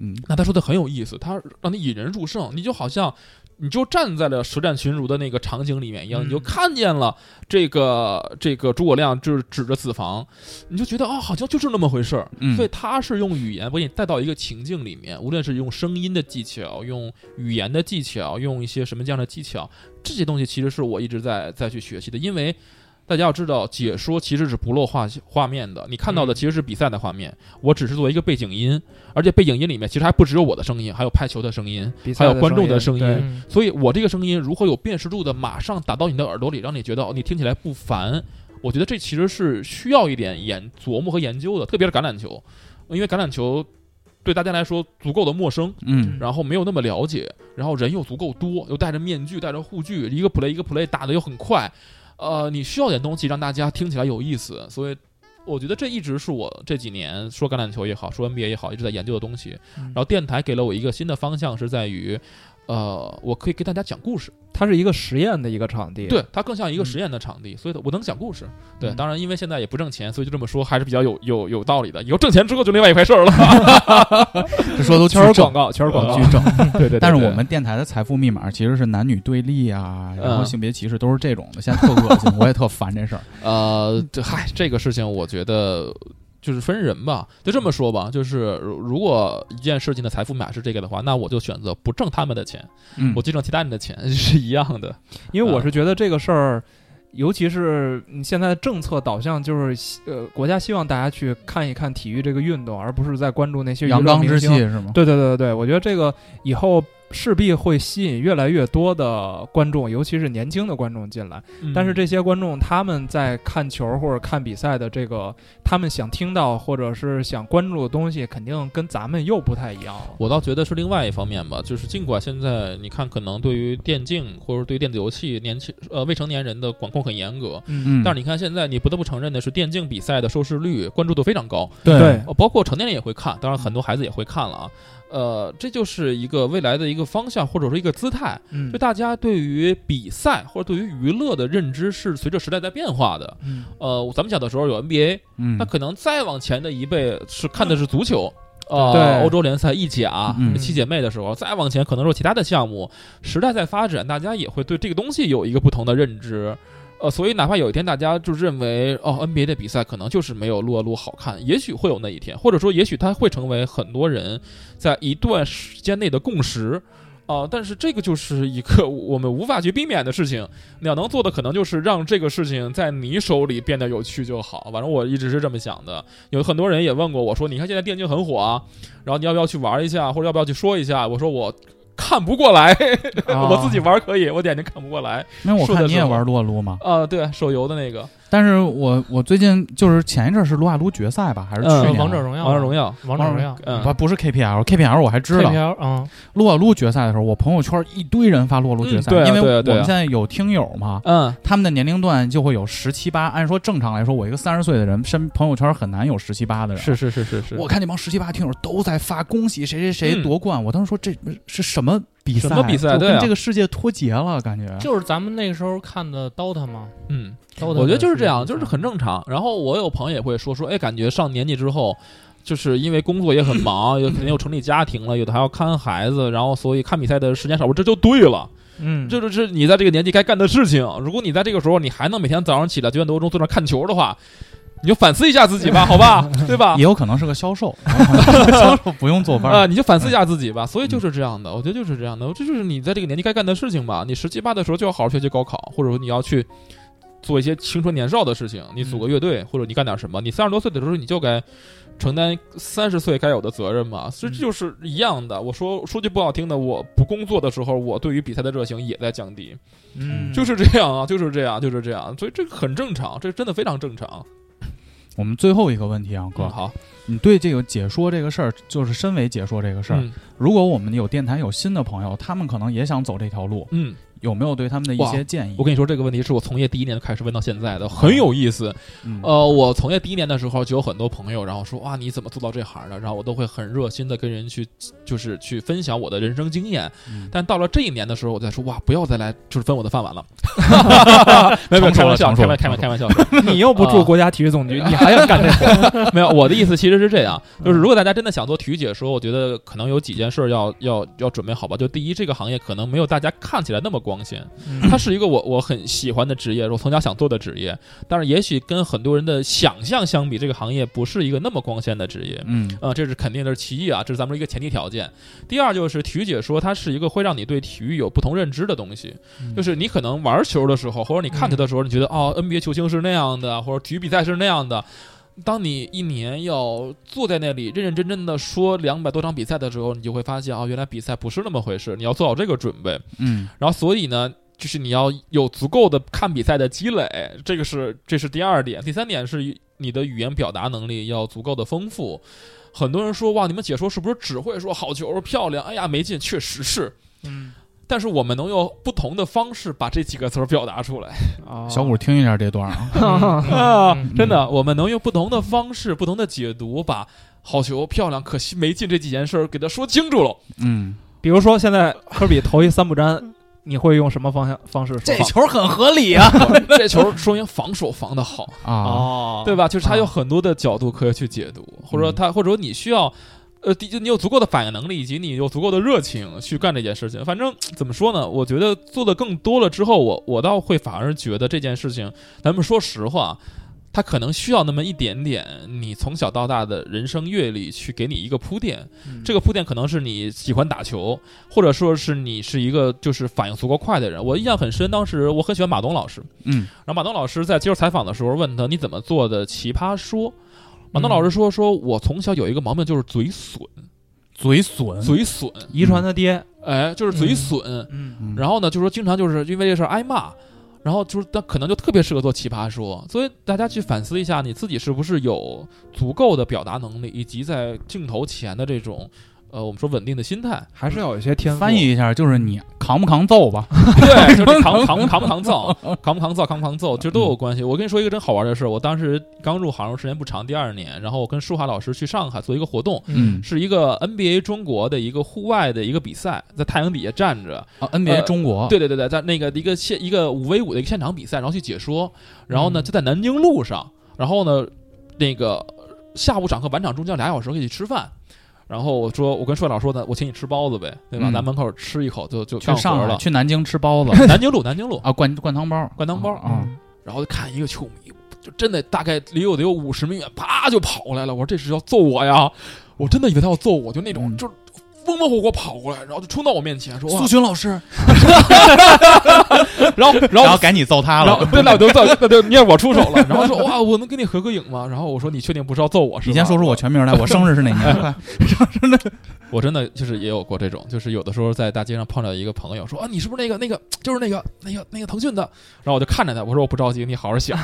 Speaker 2: 嗯，
Speaker 4: 那他说的很有意思，他让你引人入胜，你就好像你就站在了舌战群儒的那个场景里面一样，
Speaker 5: 嗯
Speaker 4: 你就看见了这个这个诸葛亮就是指着子房，你就觉得哦，好像就是那么回事儿。
Speaker 2: 嗯
Speaker 4: 所以他是用语言把你带到一个情境里面，无论是用声音的技巧，用语言的技巧，用一些什么样的技巧，这些东西其实是我一直在在去学习的，因为。大家要知道，解说其实是不露画画面的，你看到的
Speaker 5: 嗯
Speaker 4: 其实是比赛的画面，我只是作为一个背景音，而且背景音里面其实还不只有我的声音，还有拍球的声音，
Speaker 3: 比赛
Speaker 4: 还有观众的
Speaker 3: 声
Speaker 4: 声
Speaker 3: 音
Speaker 4: 音。
Speaker 3: 对
Speaker 5: 嗯
Speaker 4: 所以我这个声音如何有辨识度的马上打到你的耳朵里，让你觉得哦，你听起来不烦。我觉得这其实是需要一点研琢磨和研究的，特别是橄榄球，因为橄榄球对大家来说足够的陌生，
Speaker 2: 嗯
Speaker 4: 然后没有那么了解，然后人又足够多，又戴着面具、戴着护具，一个 play 一个 play 打的又很快，呃，你需要点东西让大家听起来有意思，所以我觉得这一直是我这几年说橄榄球也好，说 NBA 也好，一直在研究的东西。
Speaker 3: 嗯
Speaker 4: 然后电台给了我一个新的方向，是在于，呃，我可以给大家讲故事。
Speaker 3: 它是一个实验的一个场地。
Speaker 4: 对，它更像一个
Speaker 3: 嗯
Speaker 4: 实验的场地，所以我能讲故事。对，
Speaker 3: 嗯
Speaker 4: 当然因为现在也不挣钱，所以就这么说还是比较有有有道理的。以后挣钱之后就另外一回事儿了。
Speaker 2: 这说都
Speaker 3: 全是
Speaker 2: 举证呃
Speaker 3: 广告，全是广告
Speaker 2: 举。证。
Speaker 3: 对 *laughs* 对对。
Speaker 2: 但是
Speaker 4: 对
Speaker 2: 我们电台的财富密码其实是男女对立啊，然后
Speaker 4: 嗯
Speaker 2: 性别歧视都是这种的，现在特恶心，我也特烦这事儿。
Speaker 4: 呃，这嗨，这个事情我觉得就是分人吧，就这么说吧，就是如如果一件事情的财富密码是这个的话，那我就选择不挣他们的钱，
Speaker 2: 嗯
Speaker 4: 我，就挣其他人的钱是一样的。啊
Speaker 3: 因为我是觉得这个事儿，尤其是你现在政策导向，就是希呃，国家希望大家去看一看体育这个运动，而不是在关注那些娱乐
Speaker 2: 阳刚之
Speaker 3: 明
Speaker 2: 气
Speaker 3: 星。
Speaker 2: 是吗？
Speaker 3: 对对对对对，我觉得这个以后势必会吸引越来越多的观众，尤其是年轻的观众进来。
Speaker 4: 嗯
Speaker 3: 但是这些观众他们在看球或者看比赛的这个，他们想听到或者是想关注的东西，肯定跟咱们又不太一样了。
Speaker 4: 我倒觉得是另外一方面吧，就是尽管现在你看，可能对于电竞或者对于电子游戏年轻呃未成年人的管控很严格，
Speaker 2: 嗯，
Speaker 4: 但是你看现在你不得不承认的是，电竞比赛的收视率关注度非常高，
Speaker 2: 对
Speaker 3: 对
Speaker 4: 呃包括成年人也会看，当然很多孩子也会看了啊。呃，这就是一个未来的一个方向，或者说一个姿态。
Speaker 3: 嗯
Speaker 4: 就大家对于比赛或者对于娱乐的认知是随着时代在变化的。
Speaker 3: 嗯
Speaker 4: 呃，咱们小的时候有 NBA，
Speaker 2: 嗯
Speaker 4: 那可能再往前的一辈是看的是足球，呃，
Speaker 3: 对
Speaker 4: 欧洲联赛、意甲、
Speaker 2: 嗯
Speaker 4: 七姐妹的时候，再往前可能是其他的项目。时代在发展，大家也会对这个东西有一个不同的认知。呃，所以哪怕有一天大家就认为哦，NBA 的比赛可能就是没有撸啊撸好看，也许会有那一天，或者说也许它会成为很多人在一段时间内的共识。啊、但是这个就是一个我们无法去避免的事情。你要能做的，可能就是让这个事情在你手里变得有趣就好。反正我一直是这么想的。有很多人也问过我说：“你看现在电竞很火啊，然后你要不要去玩一下，或者要不要去说一下？”我说我看不过来， *laughs* 我自己玩可以，我眼睛看不过来。
Speaker 2: 因为我
Speaker 4: 说
Speaker 2: 看
Speaker 4: 的
Speaker 2: 你也
Speaker 4: 是我
Speaker 2: 玩撸啊撸嘛，
Speaker 4: 啊、对，手游的那个
Speaker 2: 但是我我最近就是前一阵是撸啊撸决赛吧，还是去
Speaker 4: 嗯
Speaker 2: 年
Speaker 4: 对
Speaker 2: 啊
Speaker 5: 王者荣
Speaker 4: 《
Speaker 5: 耀，
Speaker 4: 王者荣耀》，
Speaker 5: 王者荣耀，
Speaker 4: 嗯，
Speaker 2: 不不是 KPL，KPL 我还知道
Speaker 5: k p。l 嗯，
Speaker 2: 撸啊撸决赛的时候，我朋友圈一堆人发撸啊撸决赛，
Speaker 4: 嗯对啊
Speaker 2: 因为
Speaker 4: 对啊
Speaker 2: 我
Speaker 4: 对啊
Speaker 2: 们现在有听友嘛，
Speaker 4: 嗯，
Speaker 2: 他们的年龄段就会有十七八。按说正常来说，我一个三十岁的人，身朋友圈很难有十七八的人。啊
Speaker 4: 是是是是
Speaker 2: 我看那帮十七八听友都在发恭喜谁谁谁
Speaker 4: 嗯
Speaker 2: 夺冠，我当时说这是什么比赛？
Speaker 4: 什么比赛
Speaker 2: 就
Speaker 4: 对
Speaker 2: 跟
Speaker 4: 啊
Speaker 2: 这个世界脱节了，感觉。
Speaker 5: 就是咱们那个时候看的 DOTA 嘛
Speaker 4: 嗯，
Speaker 5: ，DOTA
Speaker 4: 我觉得就是这样，
Speaker 5: 的嗯
Speaker 4: 就是很正常。然后我有朋友也会说说，哎，感觉上年纪之后。就是因为工作也很忙，有肯定又成立家庭了，有的还要看孩子，然后所以看比赛的时间少，我说这就对了。
Speaker 3: 嗯，
Speaker 4: 这就是你在这个年纪该干的事情。如果你在这个时候你还能每天早上起来九点多钟坐那儿看球的话，你就反思一下自己吧，好吧，对吧
Speaker 2: 也？有可能是个销售， *laughs* 然后销售不用坐班
Speaker 4: 啊、
Speaker 2: 儿。嗯
Speaker 4: 你就反思一下自己吧。所以就是这样的，我觉得就是这样的，这就是你在这个年纪该干的事情吧。你十七八的时候就要好好学习高考，或者说你要去做一些青春年少的事情，你组
Speaker 2: 嗯
Speaker 4: 个乐队，或者你干点什么。你三十多岁的时候你就该。承担三十岁该有的责任嘛，所以
Speaker 2: 嗯
Speaker 4: 这就是一样的。我说说句不好听的，我不工作的时候，我对于比赛的热情也在降低。
Speaker 3: 嗯
Speaker 4: 就是 *laughs* 这样啊，就是这样，就是这样，所以这个很正常，这真的非常正常。
Speaker 2: 我们最后一个问题啊，
Speaker 4: 嗯，
Speaker 2: 哥，
Speaker 4: 好，
Speaker 2: 你对这个解说这个事儿，就是啊身为解说这个事儿，
Speaker 4: 嗯
Speaker 2: 如果我们有电台有新的朋友，他们可能也想走这条路，
Speaker 4: 嗯，
Speaker 2: 有没有对他们的一些建议？
Speaker 4: 我跟你说，这个问题是我从业第一年开始问到现在的，很有意思。
Speaker 2: 嗯
Speaker 4: 呃，我从业第一年的时候，就有很多朋友，然后说哇，你怎么做到这行的？然后我都会很热心的跟人去，就是去分享我的人生经验。
Speaker 2: 嗯
Speaker 4: 但到了这一年的时候，我再说哇，不要再来就是分我的饭碗了。 *laughs*
Speaker 2: *laughs*
Speaker 4: 没有没
Speaker 2: 成
Speaker 4: 有，
Speaker 2: 熟
Speaker 4: 开
Speaker 2: 了
Speaker 4: 玩笑，
Speaker 2: 成熟
Speaker 4: 开
Speaker 2: 了
Speaker 4: 玩开玩开玩笑。
Speaker 3: 你又不
Speaker 4: 啊
Speaker 3: 住国家体
Speaker 2: *laughs*
Speaker 3: 育总局，你还要干这个？
Speaker 4: 没有，我的意思其实是这样，就是如果大家真的想做体育解说，我觉得可能有几件事儿要要要准备好吧。就第一，这个行业可能没有大家看起来那么光鲜，它是一个我我很喜欢的职业，我从小想做的职业，但是也许跟很多人的想象相比，这个行业不是一个那么光鲜的职业。
Speaker 2: 嗯
Speaker 4: 呃，这是肯定的，是其一啊，这是咱们一个前提条件。第二就是体育解说，它是一个会让你对体育有不同认知的东西，就是你可能玩球的时候，或者你看球的时候，你觉得哦，NBA 球星是那样的，或者体育比赛是那样的。当你一年要坐在那里认认真真的说两百多场比赛的时候，你就会发现哦，原来比赛不是那么回事，你要做好这个准备。
Speaker 2: 嗯
Speaker 4: 然后所以呢，就是你要有足够的看比赛的积累，这个是这是第二点。第三点是你的语言表达能力要足够的丰富。很多人说哇，你们解说是不是只会说好球漂亮？哎呀没劲，确实是。
Speaker 3: 嗯
Speaker 4: 但是我们能用不同的方式把这几个词儿表达出来。
Speaker 3: 啊
Speaker 2: 小五听一下这段啊，
Speaker 4: 啊，真的，
Speaker 2: 嗯
Speaker 4: 我们能用不同的方式、不同的解读，把好球、漂亮、可惜没进这几件事儿给他说清楚了。
Speaker 2: 嗯，
Speaker 3: 比如说现在科比投一三不沾，你会用什么方向方式说？
Speaker 1: 这球很合理啊！
Speaker 4: 这球说明防守防的好，
Speaker 2: 啊，
Speaker 1: 哦
Speaker 4: 对吧？就是他
Speaker 3: 啊
Speaker 4: 有很多的角度可以去解读，或者说他，或者说你需要。呃，第一，你有足够的反应能力，以及你有足够的热情去干这件事情。反正怎么说呢，我觉得做的更多了之后，我我倒会反而觉得这件事情，咱们说实话，它可能需要那么一点点你从小到大的人生阅历去给你一个铺垫。这
Speaker 3: 个
Speaker 4: 个铺垫可能是你喜欢打球，或者说是你是一个就是反应足够快的人。我印象很深，当时我很喜欢马东老师，
Speaker 2: 嗯，
Speaker 4: 然后马东老师在接受采访的时候问他你怎么做的奇葩说，马东老
Speaker 5: 嗯
Speaker 4: 师说说我从小有一个毛病就是嘴损，
Speaker 2: 嘴损，
Speaker 4: 嘴损，
Speaker 3: 遗传他爹，
Speaker 4: 哎，就是嘴
Speaker 5: 嗯
Speaker 4: 损，
Speaker 5: 嗯，
Speaker 2: 嗯，
Speaker 4: 然后呢，就说经常就是因为这事儿挨骂，然后就是他可能就特别适合做奇葩说，所以大家去反思一下你自己是不是有足够的表达能力，以及在镜头前的这种呃我们说稳定的心态。
Speaker 3: 还是要有一些天赋。
Speaker 2: 翻译一下就是你扛不扛揍吧，
Speaker 4: *laughs*
Speaker 2: *laughs*
Speaker 4: 对，就是扛扛扛不扛造，扛不扛造，扛不扛揍，其实都
Speaker 2: 嗯
Speaker 4: 有关系。我跟你说一个真好玩的事儿，我当时刚入行时间不长，第二年，然后我跟舒华老师去上海做一个活动，
Speaker 2: 嗯
Speaker 4: 是一个 NBA 中国的一个户外的一个比赛，在太阳底下站着，
Speaker 2: 啊，NBA
Speaker 4: 呃
Speaker 2: 中国，
Speaker 4: 对对对对，在那个一个现一个五 v 五的一个现场比赛，然后去解说，然后呢
Speaker 5: 嗯
Speaker 4: 就在南京路上，然后呢那个下午场和晚场中间俩小时可以去吃饭。然后我说，我跟帅老说呢，我请你吃包子呗，对吧？
Speaker 2: 嗯
Speaker 4: 咱门口吃一口就就
Speaker 2: 去
Speaker 4: 干活
Speaker 2: 上海，
Speaker 4: 了。
Speaker 2: 去南京吃包子
Speaker 4: *laughs* 南京路，南京路，
Speaker 2: 啊，灌灌汤包，
Speaker 4: 灌汤包
Speaker 2: 啊，啊
Speaker 4: 然后就看一个球迷，就真的大概离我得有五十米远，啪就跑过来了。我说这是要揍我呀！我真的以为他要揍我，就那种、
Speaker 2: 嗯
Speaker 4: 就是风风火火跑过来，然后就冲到我面前说：“
Speaker 2: 苏
Speaker 4: 哇
Speaker 2: 群老
Speaker 4: *laughs*
Speaker 2: 师，！”
Speaker 4: 然后，然
Speaker 2: 然后
Speaker 4: 后。
Speaker 2: 赶紧揍他
Speaker 4: 然后
Speaker 2: 了，
Speaker 4: 对，那就揍，那就你也我出手了。然后说
Speaker 2: *laughs*
Speaker 4: 哇，我能跟你合个影吗？然后我说你确定不是要揍我是吧？
Speaker 2: 你先说出我全名来，我生日是哪年？快，
Speaker 4: 我真的就是也有过这种，就是有的时候在大街上碰到一个朋友说啊，你是不是那个那个就是那个那个那个腾讯的？然后我就看着他，我说我不着急，你好
Speaker 2: *laughs*
Speaker 4: 好想。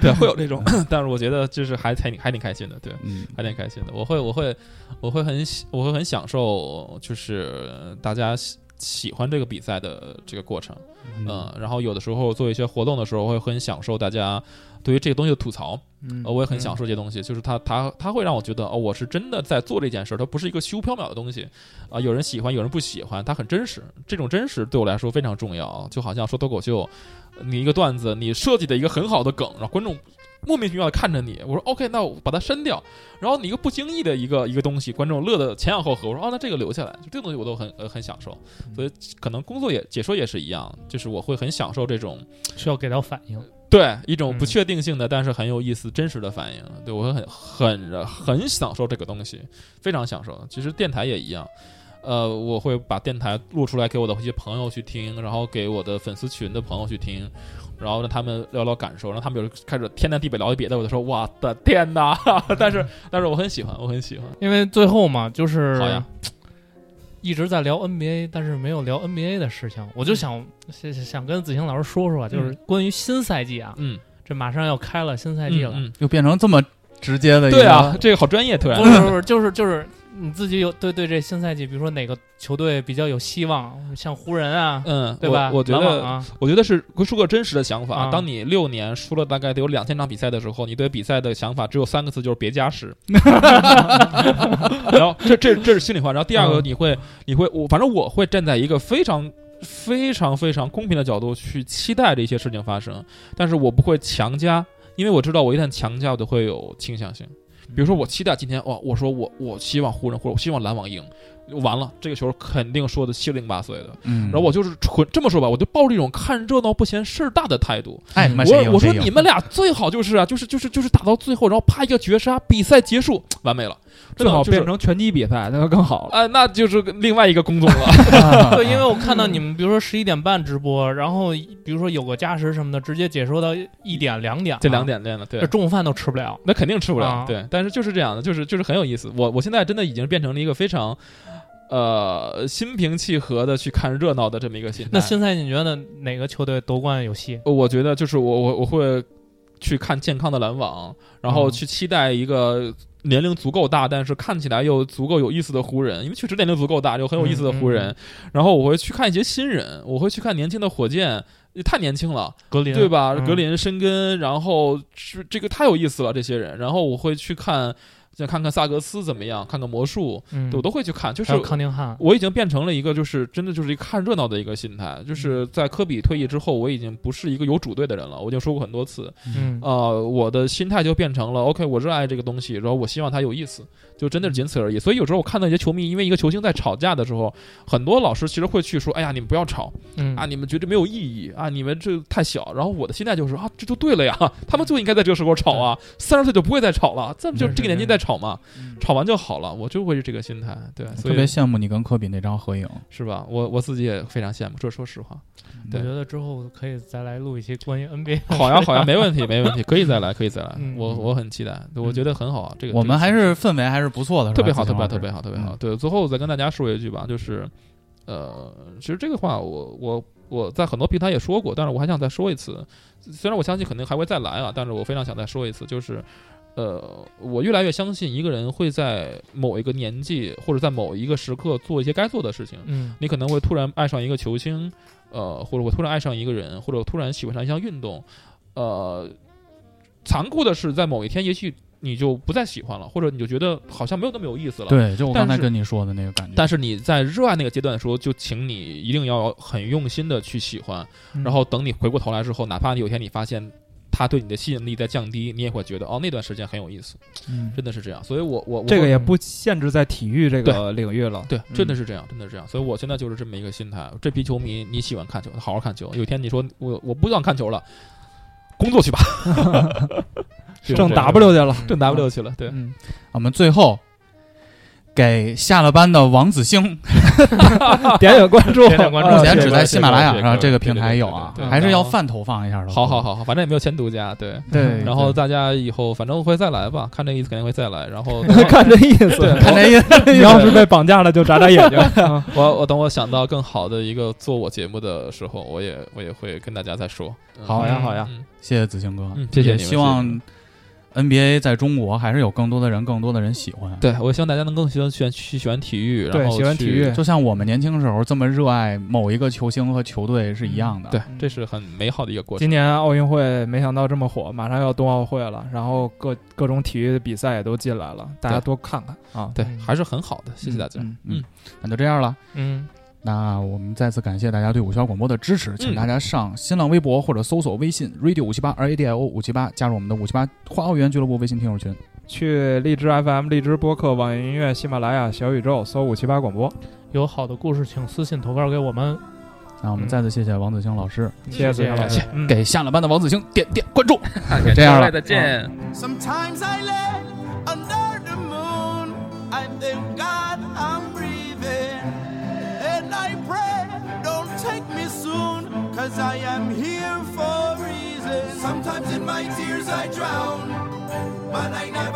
Speaker 4: 对，会有这种， *coughs* 但是我觉得就是还还挺还挺开心的，对。
Speaker 2: *laughs* 嗯，
Speaker 4: 还挺开心的。我会，我会，我会很喜，我会很享受，就是大家喜喜欢这个比赛的这个过程。嗯、然后有的时候做一些活动的时候，我会很享受大家对于这个东西的吐槽。
Speaker 3: 嗯
Speaker 4: 呃，我也很享受这些东西，就是它它它会让我觉得哦，我是真的在做这件事，它不是一个虚无缥缈的东西啊、有人喜欢，有人不喜欢，它很真实。这种真实对我来说非常重要，就好像说脱口秀，你一个段子，你设计的一个很好的梗，然后观众。莫名其妙的看着你，我说 OK，那我把它删掉。然后你一个不经意的一个一个东西，观众乐得前仰后合。我说哦，那这个留下来，就这个东西我都很呃很享受。所以可能工作也解说也是一样，就是我会很享受这种
Speaker 5: 需要给到反应。
Speaker 4: 对，一种
Speaker 5: 嗯
Speaker 4: 不确定性的，但是很有意思、真实的反应。对我很很很享受这个东西，非常享受。其实电台也一样，呃，我会把电台录出来给我的一些朋友去听，然后给我的粉丝群的朋友去听，然后让他们聊聊感受，让他们有开始天南地北聊一别的，我就说我的天哪！但是但是我很喜欢，我很喜欢。
Speaker 5: 因为最后嘛，就是
Speaker 4: 好呀
Speaker 5: 一直在聊 NBA，但是没有聊 NBA 的事情。
Speaker 4: 嗯
Speaker 5: 我就想想想跟子晴老师说说，就是关于新赛季啊，
Speaker 4: 嗯，
Speaker 5: 这马上要开了新赛季了。
Speaker 4: 嗯嗯
Speaker 2: 又变成这么直接的一个，
Speaker 4: 对啊，这个好专业，突然
Speaker 5: 不。是不是，就是就是你自己有对对这新赛季，比如说哪个球队比较有希望，像湖人啊，
Speaker 4: 嗯，
Speaker 5: 对吧？
Speaker 4: 我？我觉
Speaker 5: 篮网
Speaker 4: 得
Speaker 5: 啊，
Speaker 4: 我觉得是归出个真实的想法。
Speaker 5: 啊
Speaker 4: 当你六年输了大概得有两千场比赛的时候，你对比赛的想法只有三个字，就是别加时。然后这这这是心里话。然后第二个，
Speaker 5: 嗯
Speaker 4: 你会你会我反正我会站在一个非常。非常非常公平的角度去期待这些事情发生，但是我不会强加，因为我知道我一旦强加，我就会有倾向性。比如说，我期待今天哇，我说我我希望湖人或者我希望篮网赢，完了这个球肯定说的七零八碎的，
Speaker 2: 嗯，
Speaker 4: 然后我就是纯这么说吧，我就抱着一种看热闹不嫌事儿大的态度。
Speaker 2: 哎，你们谁
Speaker 4: 我
Speaker 2: 有
Speaker 4: 我说
Speaker 2: 谁有
Speaker 4: 你们俩最好就是啊，就是就是就是打到最后，然后啪一个绝杀，比赛结束，完美了，
Speaker 3: 最好变
Speaker 4: 成
Speaker 3: 成拳击比赛，那就更好了。
Speaker 4: 啊、那就是另外一个工作了。
Speaker 5: 对，因为我看到你们，比如说十一点半直播，然后比如说有个加时什么的，直接解说到一点两点、啊
Speaker 4: 这两，点练了，对
Speaker 5: 这，中午饭都吃不了。
Speaker 4: 那肯定吃不了。
Speaker 5: 啊
Speaker 4: 对，但是就是这样的，就是就是很有意思。我我现在真的已经变成了一个非常。呃，心平气和的去看热闹的这么一个心态。
Speaker 5: 那新赛季你觉得哪个球队夺冠有戏？
Speaker 4: 我觉得就是我我我会去看健康的篮网，然后
Speaker 3: 嗯
Speaker 4: 去期待一个年龄足够大，但是看起来又足够有意思的湖人，因为确实年龄足够大，就很有意思的湖人。
Speaker 5: 嗯
Speaker 4: 然后我会去看一些新人，我会去看年轻的火箭，也太年轻了，
Speaker 5: 格林
Speaker 4: 对吧？
Speaker 5: 嗯
Speaker 4: 格林、申根，然后是这个太有意思了，这些人。然后我会去看，再看看萨格斯怎么样，看看魔术，
Speaker 5: 嗯
Speaker 4: 对我都会去看，就是
Speaker 5: 还有康宁汉，
Speaker 4: 我已经变成了一个就是真的就是一个看热闹的一个心态，就是在科比退役之后，我已经不是一个有主队的人了，我已经说过很多次，
Speaker 5: 嗯
Speaker 4: 呃，我的心态就变成了 OK，我热爱这个东西，然后我希望它有意思，就真的是仅此而已。所以有时候我看到一些球迷因为一个球星在吵架的时候，很多老师其实会去说，哎呀，你们不要吵
Speaker 5: 嗯
Speaker 4: 啊，你们觉得没有意义啊，你们这太小。然后我的心态就是啊，这就对了呀，他们就应该在这个时候吵啊，三十岁就不会再吵了，这就这个年纪再吵嘛，吵完就好了，我就会是这个心态，对，所
Speaker 2: 特
Speaker 4: 以
Speaker 2: 别羡慕你跟科比那张合影。
Speaker 4: 是吧？我我自己也非常羡慕，这说实
Speaker 2: *laughs*
Speaker 4: 话，
Speaker 5: 我
Speaker 4: 嗯对
Speaker 5: 觉得之后可以再来录一期关于 NBA
Speaker 4: 好呀好呀，没问题没问题，可以再来可以再来
Speaker 5: 嗯，
Speaker 4: 我我很期待，对我觉得很好啊，这个
Speaker 2: 嗯我们还
Speaker 4: 这个
Speaker 2: 是氛围还是不错的，是吧
Speaker 4: 特别好
Speaker 2: 子
Speaker 4: 特
Speaker 2: 晴
Speaker 4: 别好
Speaker 2: 老师嗯
Speaker 4: 特别好特别好，对，最后再跟大家说一句吧，就是呃，其实这个话我我我在很多平台也说过，但是我还想再说一次，虽然我相信肯定还会再来啊，但是我非常想再说一次，就是。呃，我越来越相信一个人会在某一个年纪或者在某一个时刻做一些该做的事情，
Speaker 5: 嗯
Speaker 4: 你可能会突然爱上一个球星，呃，或者我突然爱上一个人，或者我突然喜欢上一项运动，呃，残酷的是，在某一天，也许你就不再喜欢了，或者你就觉得好像没有那么有意思了。。
Speaker 2: 对，就我刚
Speaker 4: 但
Speaker 2: 才
Speaker 4: 是
Speaker 2: 跟你说的那个感觉。
Speaker 4: 但是你在热爱那个阶段的时候，就请你一定要很用心的去喜欢，
Speaker 3: 嗯
Speaker 4: 然后等你回过头来之后，哪怕有一天你发现他对你的吸引力在降低，你也会觉得哦，那段时间很有意思，
Speaker 2: 嗯
Speaker 4: 真的是这样。所以我我我
Speaker 3: 这个
Speaker 4: 会
Speaker 3: 也不限制在体育这个领域了。
Speaker 4: 对，
Speaker 3: 嗯
Speaker 4: 真的是这样，真的是这样。所以我现在就是这么一个心态。这批球迷，你喜欢看球，好好看球。有一天你说我我不想看球了，工作去吧， *laughs*
Speaker 3: 挣 W 去了， *laughs*
Speaker 4: 挣 W 去了。对，
Speaker 3: 嗯，
Speaker 2: 啊我们最后给下了班的王子星，
Speaker 3: 点点关注，
Speaker 5: 点点关注
Speaker 3: 啊
Speaker 2: 目前
Speaker 4: 这
Speaker 2: 只
Speaker 4: 个
Speaker 2: 在
Speaker 4: 这
Speaker 2: 喜马
Speaker 4: 个
Speaker 2: 拉雅
Speaker 4: 这
Speaker 2: 上
Speaker 4: 个
Speaker 2: 这个
Speaker 4: 对
Speaker 2: 平
Speaker 4: 对
Speaker 2: 台
Speaker 4: 对
Speaker 2: 有
Speaker 4: 对
Speaker 2: 啊
Speaker 4: 对，
Speaker 2: 还是要
Speaker 4: 然后
Speaker 2: 泛投放一下的。
Speaker 4: 好好，好，好，反正也没有钱独家。对，
Speaker 2: 对，
Speaker 4: 然后
Speaker 2: 对
Speaker 4: 大家以后反正会再来吧，看这意思肯定会再来。然
Speaker 3: *laughs*
Speaker 4: 后
Speaker 3: 看这意思，
Speaker 2: 看
Speaker 4: *laughs*
Speaker 2: 这意思，
Speaker 3: 你要是被绑架了，就眨眨眼睛。啊
Speaker 4: 我我等我想到更好的一个做我节目的时候，我也我也会跟大家再说。嗯
Speaker 2: 好
Speaker 5: 呀好
Speaker 4: 嗯
Speaker 5: 呀
Speaker 4: 嗯
Speaker 2: 谢谢子星哥
Speaker 4: 嗯，谢谢
Speaker 2: 也
Speaker 4: 你
Speaker 2: 希
Speaker 4: 们谢谢你
Speaker 2: 望 NBA 在中国还是有更多的人，更多的人喜欢。啊
Speaker 4: 对，我希望大家能更喜欢喜欢去喜欢体育，然
Speaker 3: 对，
Speaker 4: 后
Speaker 3: 喜欢
Speaker 4: 去
Speaker 3: 体育，
Speaker 2: 就像我们年轻时候这么热爱某一个球星和球队是一样的。
Speaker 4: 嗯对，
Speaker 3: 嗯
Speaker 4: 这是很美好的一个过程。
Speaker 3: 今年奥运会没想到这么火，马上要冬奥会了，然后各各种体育的比赛也都进来了，大家
Speaker 4: 对
Speaker 3: 多看看啊！
Speaker 4: 对
Speaker 5: 嗯，
Speaker 4: 还是很好的，谢谢大家。
Speaker 2: 嗯
Speaker 4: 嗯
Speaker 2: 嗯，那就这样了。
Speaker 5: 嗯
Speaker 2: 那我们再次感谢大家对五七八广播的支持，请大家上新浪微博或者搜索微信 radio 五七八 r a d i o 五七八，加入我们的五七八花奥园俱乐部微信听友群。
Speaker 3: 去荔枝 FM、荔枝播客、网易音乐、喜马拉雅、小宇宙搜五七八广播。
Speaker 5: 有好的故事请私信投稿给我们，
Speaker 2: 那
Speaker 4: 嗯
Speaker 2: 我们再次谢谢王子星老师，
Speaker 3: 谢谢子
Speaker 5: 谢
Speaker 3: 阳老师，嗯
Speaker 2: 给下了班的王子星点点关注。
Speaker 4: 就
Speaker 2: 这样了嗯
Speaker 4: 再见。
Speaker 7: Sometimes I lay under the moon. I thank God I'm breathing. And I pray, don't take me soon, cause I am here for a reason. Sometimes in my tears I drown, but I never.